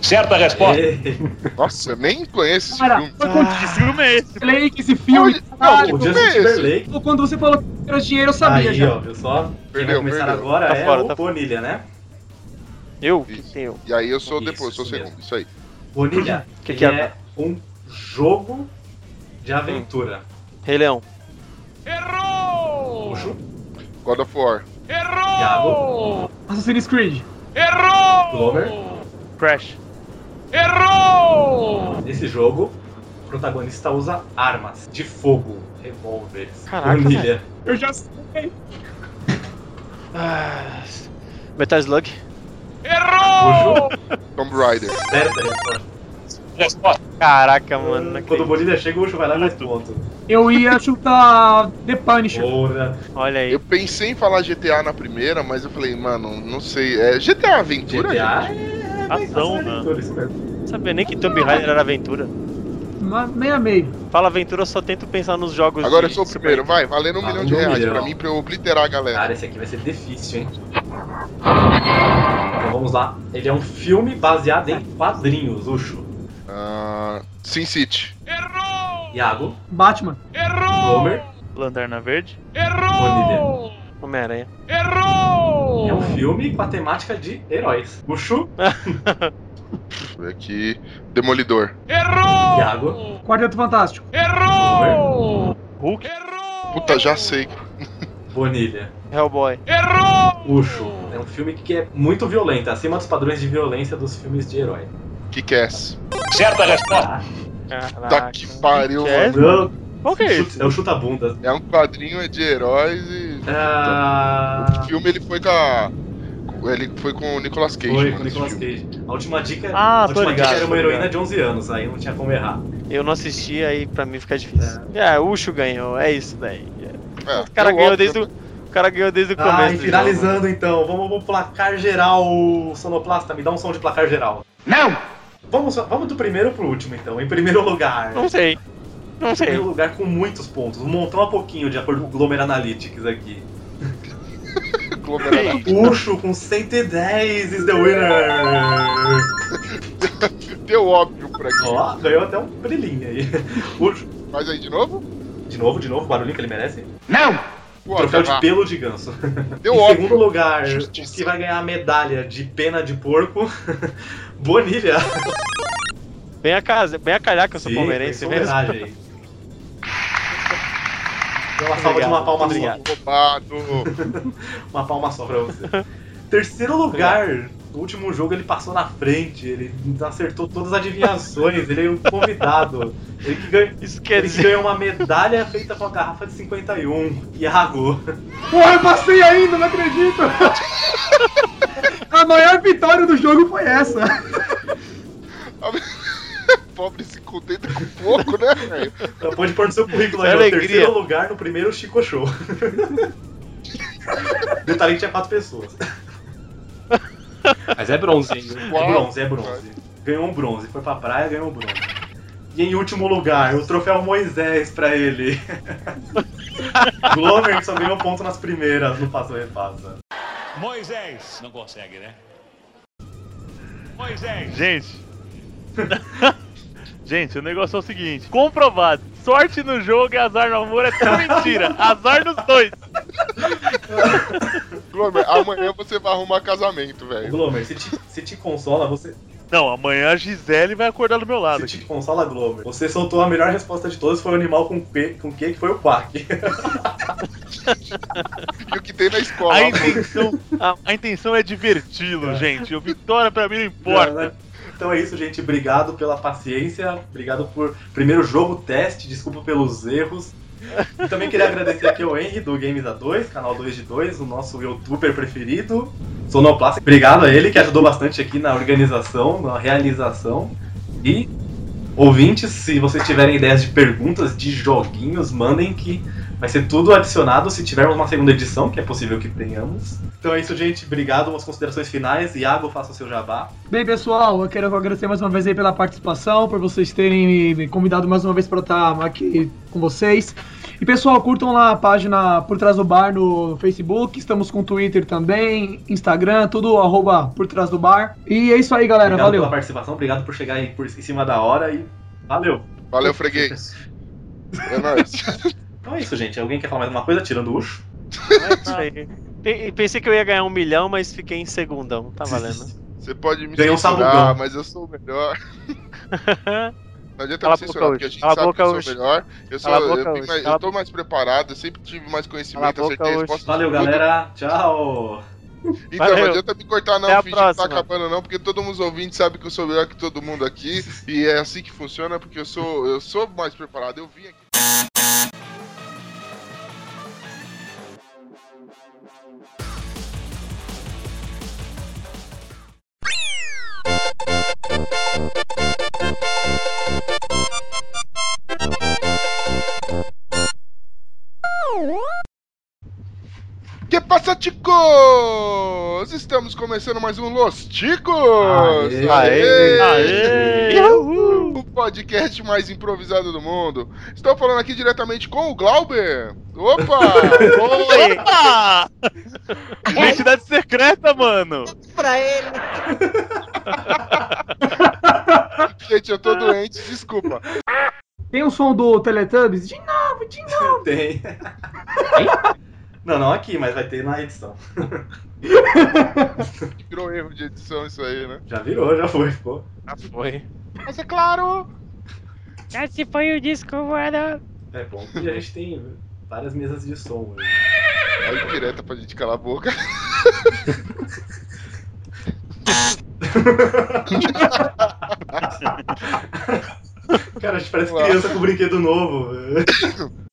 S7: Certa resposta.
S1: é.
S4: Nossa, eu nem conheço esse
S6: Cara,
S4: filme.
S6: foi quando
S2: Que filme é esse?
S6: eu falei que esse filme.
S4: Olha,
S6: Caralho,
S1: Ah. o
S4: não,
S3: é
S1: Justin
S4: esse?
S1: Timberlake. Tá
S6: pô, quando você falou que era dinheiro, eu sabia
S1: Aí,
S6: já.
S1: ó, viu só? Quem vai
S4: Perdeu,
S1: começar
S4: perdeu.
S1: agora
S3: Tá
S1: é
S3: fora,
S1: o
S3: tá fora.
S1: Bonilha, né?
S3: Eu? Que
S4: Isso.
S3: tem eu?
S4: E aí eu sou
S1: Isso,
S4: depois, eu sou o
S1: isso
S4: segundo. Isso aí.
S1: Bonilha,
S3: Que
S1: ele
S3: que é?
S1: é um jogo de aventura.
S3: Rei Leão. Hum.
S7: Errou!
S1: Puxo.
S4: God of War.
S7: Errou!
S6: Assassin's Creed.
S7: Errou!
S1: Glover.
S2: Crash.
S7: Errou!
S1: Nesse jogo, o protagonista usa armas de fogo, revólveres.
S3: Caraca,
S1: Bonilha.
S6: Eu já sei.
S3: Ah, Metal Slug.
S7: Errou!
S4: Tomb Raider.
S1: Certa resposta.
S7: Resposta.
S3: Caraca, mano. não
S1: né? Quando o
S3: acredito.
S1: Bonilha chega, o Ucho vai lá e dá ponto.
S6: Eu ia chutar The Punisher.
S1: Porra.
S3: Olha aí.
S4: Eu pensei em falar GTA na primeira, mas eu falei, mano, não sei. É GTA é Aventura?
S1: GTA é.
S2: Ação, né?
S1: aventura, isso mesmo.
S3: Não sabia nem que Tomb Raider era aventura.
S6: Ma- Meia meia.
S3: Fala aventura, eu só tento pensar nos jogos.
S4: Agora eu
S3: de
S4: sou o primeiro, vai, valendo um
S1: Ah,
S4: milhão de
S1: um
S4: reais
S1: milhão.
S4: pra mim, pra eu obliterar a galera.
S1: Cara, esse aqui vai ser difícil, hein? Então vamos lá. Ele é um filme baseado em quadrinhos, Ucho.
S4: Ah, Sin City.
S7: Errou!
S1: Iago,
S6: Batman.
S7: Errou!
S1: Homer,
S2: Lanterna Verde?
S7: Errou!
S3: Homem-Aranha.
S7: Errou!
S1: é um filme com a temática de heróis. Ucho,
S4: Deixa eu ver aqui. É Demolidor.
S7: Errou!
S1: Iago.
S6: Quarteto Fantástico.
S7: Errou!
S2: Hulk?
S7: Errou!
S4: Puta, já sei.
S1: Bonilha,
S3: Hellboy.
S7: Errou!
S1: Ucho. É um filme que é muito violento, acima dos padrões de violência dos filmes de herói.
S4: Que ass
S7: Certa resposta.
S4: Tá
S3: Caraca.
S4: que pariu,
S3: Ah, É?
S4: mano.
S1: Não,
S3: Qual que é isso?
S1: é o chuta-bunda.
S4: É um quadrinho é de heróis e. O
S1: Ah,
S4: filme ele foi com a. Ele foi com o Nicolas Cage.
S1: foi
S4: mano,
S1: com o
S4: esse
S1: Nicolas
S4: filme.
S1: Cage. A última dica, é- a
S2: Ah, tô
S1: última
S2: ligado,
S1: dica era uma
S2: tô
S1: heroína
S2: ligado.
S1: de 11 anos, aí não tinha como errar.
S3: Eu não assisti, aí pra mim fica difícil. É, o Ucho ganhou, é isso daí.
S4: É,
S3: O cara
S4: eu
S3: ganhou
S4: opto-
S3: desde o. O cara ganhou desde o começo. né?
S1: Ai,
S3: do
S1: Ah, finalizando então, vamos pro placar geral, Sonoplasta, me dá um som de placar geral. Não! Vamos, vamos do primeiro pro último então, em primeiro lugar.
S3: jogo. Não sei. Não
S1: Em
S3: sei.
S1: primeiro lugar com muitos pontos, um montão a pouquinho, de acordo com o Glomer Analytics aqui.
S4: Glomerado.
S1: Ucho com 110 is the winner!
S4: Deu óbvio pra aqui.
S1: Ó, ganhou até um brilhinho aí. Ucho,
S4: Faz aí de novo?
S1: de novo, de novo, o barulhinho que ele merece.
S4: Pô,
S1: Troféu de
S4: tá.
S1: pelo de ganso.
S4: Deu
S1: em segundo
S4: óbvio.
S1: lugar,
S4: Justiça.
S1: o que vai ganhar a medalha de pena de porco, Bonilha.
S3: Vem a casa, vem a calhar que eu sou
S1: Sim,
S3: palmeirense
S1: foi
S3: mesmo.
S1: homenagem aí. Então, uma salva de uma palma só.
S3: Obrigado.
S4: Roubado.
S1: Uma palma só pra você. Terceiro lugar, no último jogo ele passou na frente, ele acertou todas as adivinhações, ele é um convidado. Ele que ganha-
S3: Isso quer
S1: ele que
S3: dizer.
S1: ganhou uma medalha feita com a garrafa de 51. Iago.
S6: Porra, eu passei ainda, não acredito. A maior vitória do jogo foi essa.
S4: Pobre se contenta com pouco, né, velho?
S1: Então Pode pôr no seu currículo aí,
S3: É
S1: ó,
S3: alegria.
S1: terceiro lugar no primeiro Chico Show. Detalhe que tinha quatro pessoas. Mas é bronze, hein? É
S4: Uau.
S1: bronze, é bronze. Ganhou um bronze, foi pra praia, ganhou um bronze. E em último lugar, o troféu Moisés pra ele. Glover que só ganhou um ponto nas primeiras, no passo repassa.
S9: Moisés. Não consegue, né? Moisés.
S2: Gente. Gente, o negócio é o seguinte: comprovado. Sorte no jogo e azar no amor é tudo mentira. Azar nos dois.
S4: Glomer, amanhã você vai arrumar casamento,
S1: Ô,
S4: velho.
S1: Glomer, se te, se te consola, você.
S2: Não, amanhã a Gisele vai acordar do meu lado.
S1: Se te consola, é Glover. Você soltou a melhor resposta de todas, foi o animal com Q, com Q que foi o Quack.
S4: E o que tem na escola?
S2: A intenção, a, a intenção é diverti-lo, gente. O Vitória pra mim não importa.
S1: Então é isso, gente. Obrigado pela paciência. Obrigado por primeiro jogo teste. Desculpa pelos erros. E também queria agradecer aqui ao Henry do Games A2, canal 2 de 2, o nosso youtuber preferido, Sonoplast. Obrigado a ele que ajudou bastante aqui na organização, na realização. E ouvintes, se vocês tiverem ideias de perguntas, de joguinhos, mandem que vai ser tudo adicionado se tivermos uma segunda edição, que é possível que tenhamos. Então é isso, gente. Obrigado. As considerações finais. Iago, faça o seu jabá.
S6: Bem, pessoal, eu quero agradecer mais uma vez aí pela participação, por vocês terem me- me convidado mais uma vez para estar aqui com vocês. E, pessoal, curtam lá a página Por Trás do Bar no Facebook, estamos com Twitter também, Instagram, tudo arroba Por Trás do Bar. E é isso aí, galera,
S1: Obrigado pela
S6: valeu.
S1: participação, obrigado por chegar aí por, em cima da hora e valeu.
S4: Valeu, freguês. É nóis.
S1: Então é isso, gente. Alguém quer falar mais alguma coisa? Tirando o Ucho?
S3: Não é isso aí. Tem- Pensei que eu ia ganhar um milhão, mas fiquei em segundão. Tá valendo.
S4: Você pode me
S1: Ganhou um
S4: censurar,
S1: sabugão.
S4: mas eu sou o melhor. Não adianta
S3: Cala
S4: me
S3: a boca,
S4: censurar, porque a
S3: Ucho.
S4: gente
S3: Cala a
S4: sabe
S3: boca,
S4: que eu sou o
S3: Ucho.
S4: melhor. Eu, sou,
S3: Cala a
S4: eu,
S3: boca,
S4: tenho
S3: Ucho.
S4: mais- eu
S3: Cala a
S4: tô mais preparado, eu sempre tive mais conhecimento,
S3: Cala a boca,
S4: acertei a
S3: Ucho.
S4: resposta.
S1: Valeu, galera. Tchau.
S4: Então,
S3: Valeu.
S4: não adianta me cortar
S3: Até a
S4: não, finge que tá
S3: próxima.
S4: acabando não, porque todo mundo os ouvintes sabe que eu sou melhor que todo mundo aqui. e é assim que funciona, porque eu sou, eu sou mais preparado. Eu vim aqui. Ticos! Estamos começando mais um Los Ticos!
S1: Aê!
S4: Aê!
S2: Aê!
S4: O podcast mais improvisado do mundo. Estou falando aqui diretamente com o Glauber. Opa!
S3: Oi!
S2: Identidade secreta, mano!
S10: pra ele.
S4: Gente, eu tô doente, desculpa.
S6: Tem o som do Teletubbies? De novo, de novo.
S1: Tem. Não, não aqui, mas vai ter na edição.
S4: Virou erro de edição isso aí, né?
S1: Já virou, já foi, pô.
S3: Já foi.
S4: Mas é claro!
S10: Esse foi o disco voador.
S1: É bom que a gente tem várias mesas de som. né?
S4: Aí direta pra gente calar a boca.
S1: Cara, a gente parece
S4: Uau.
S1: criança com brinquedo novo. velho.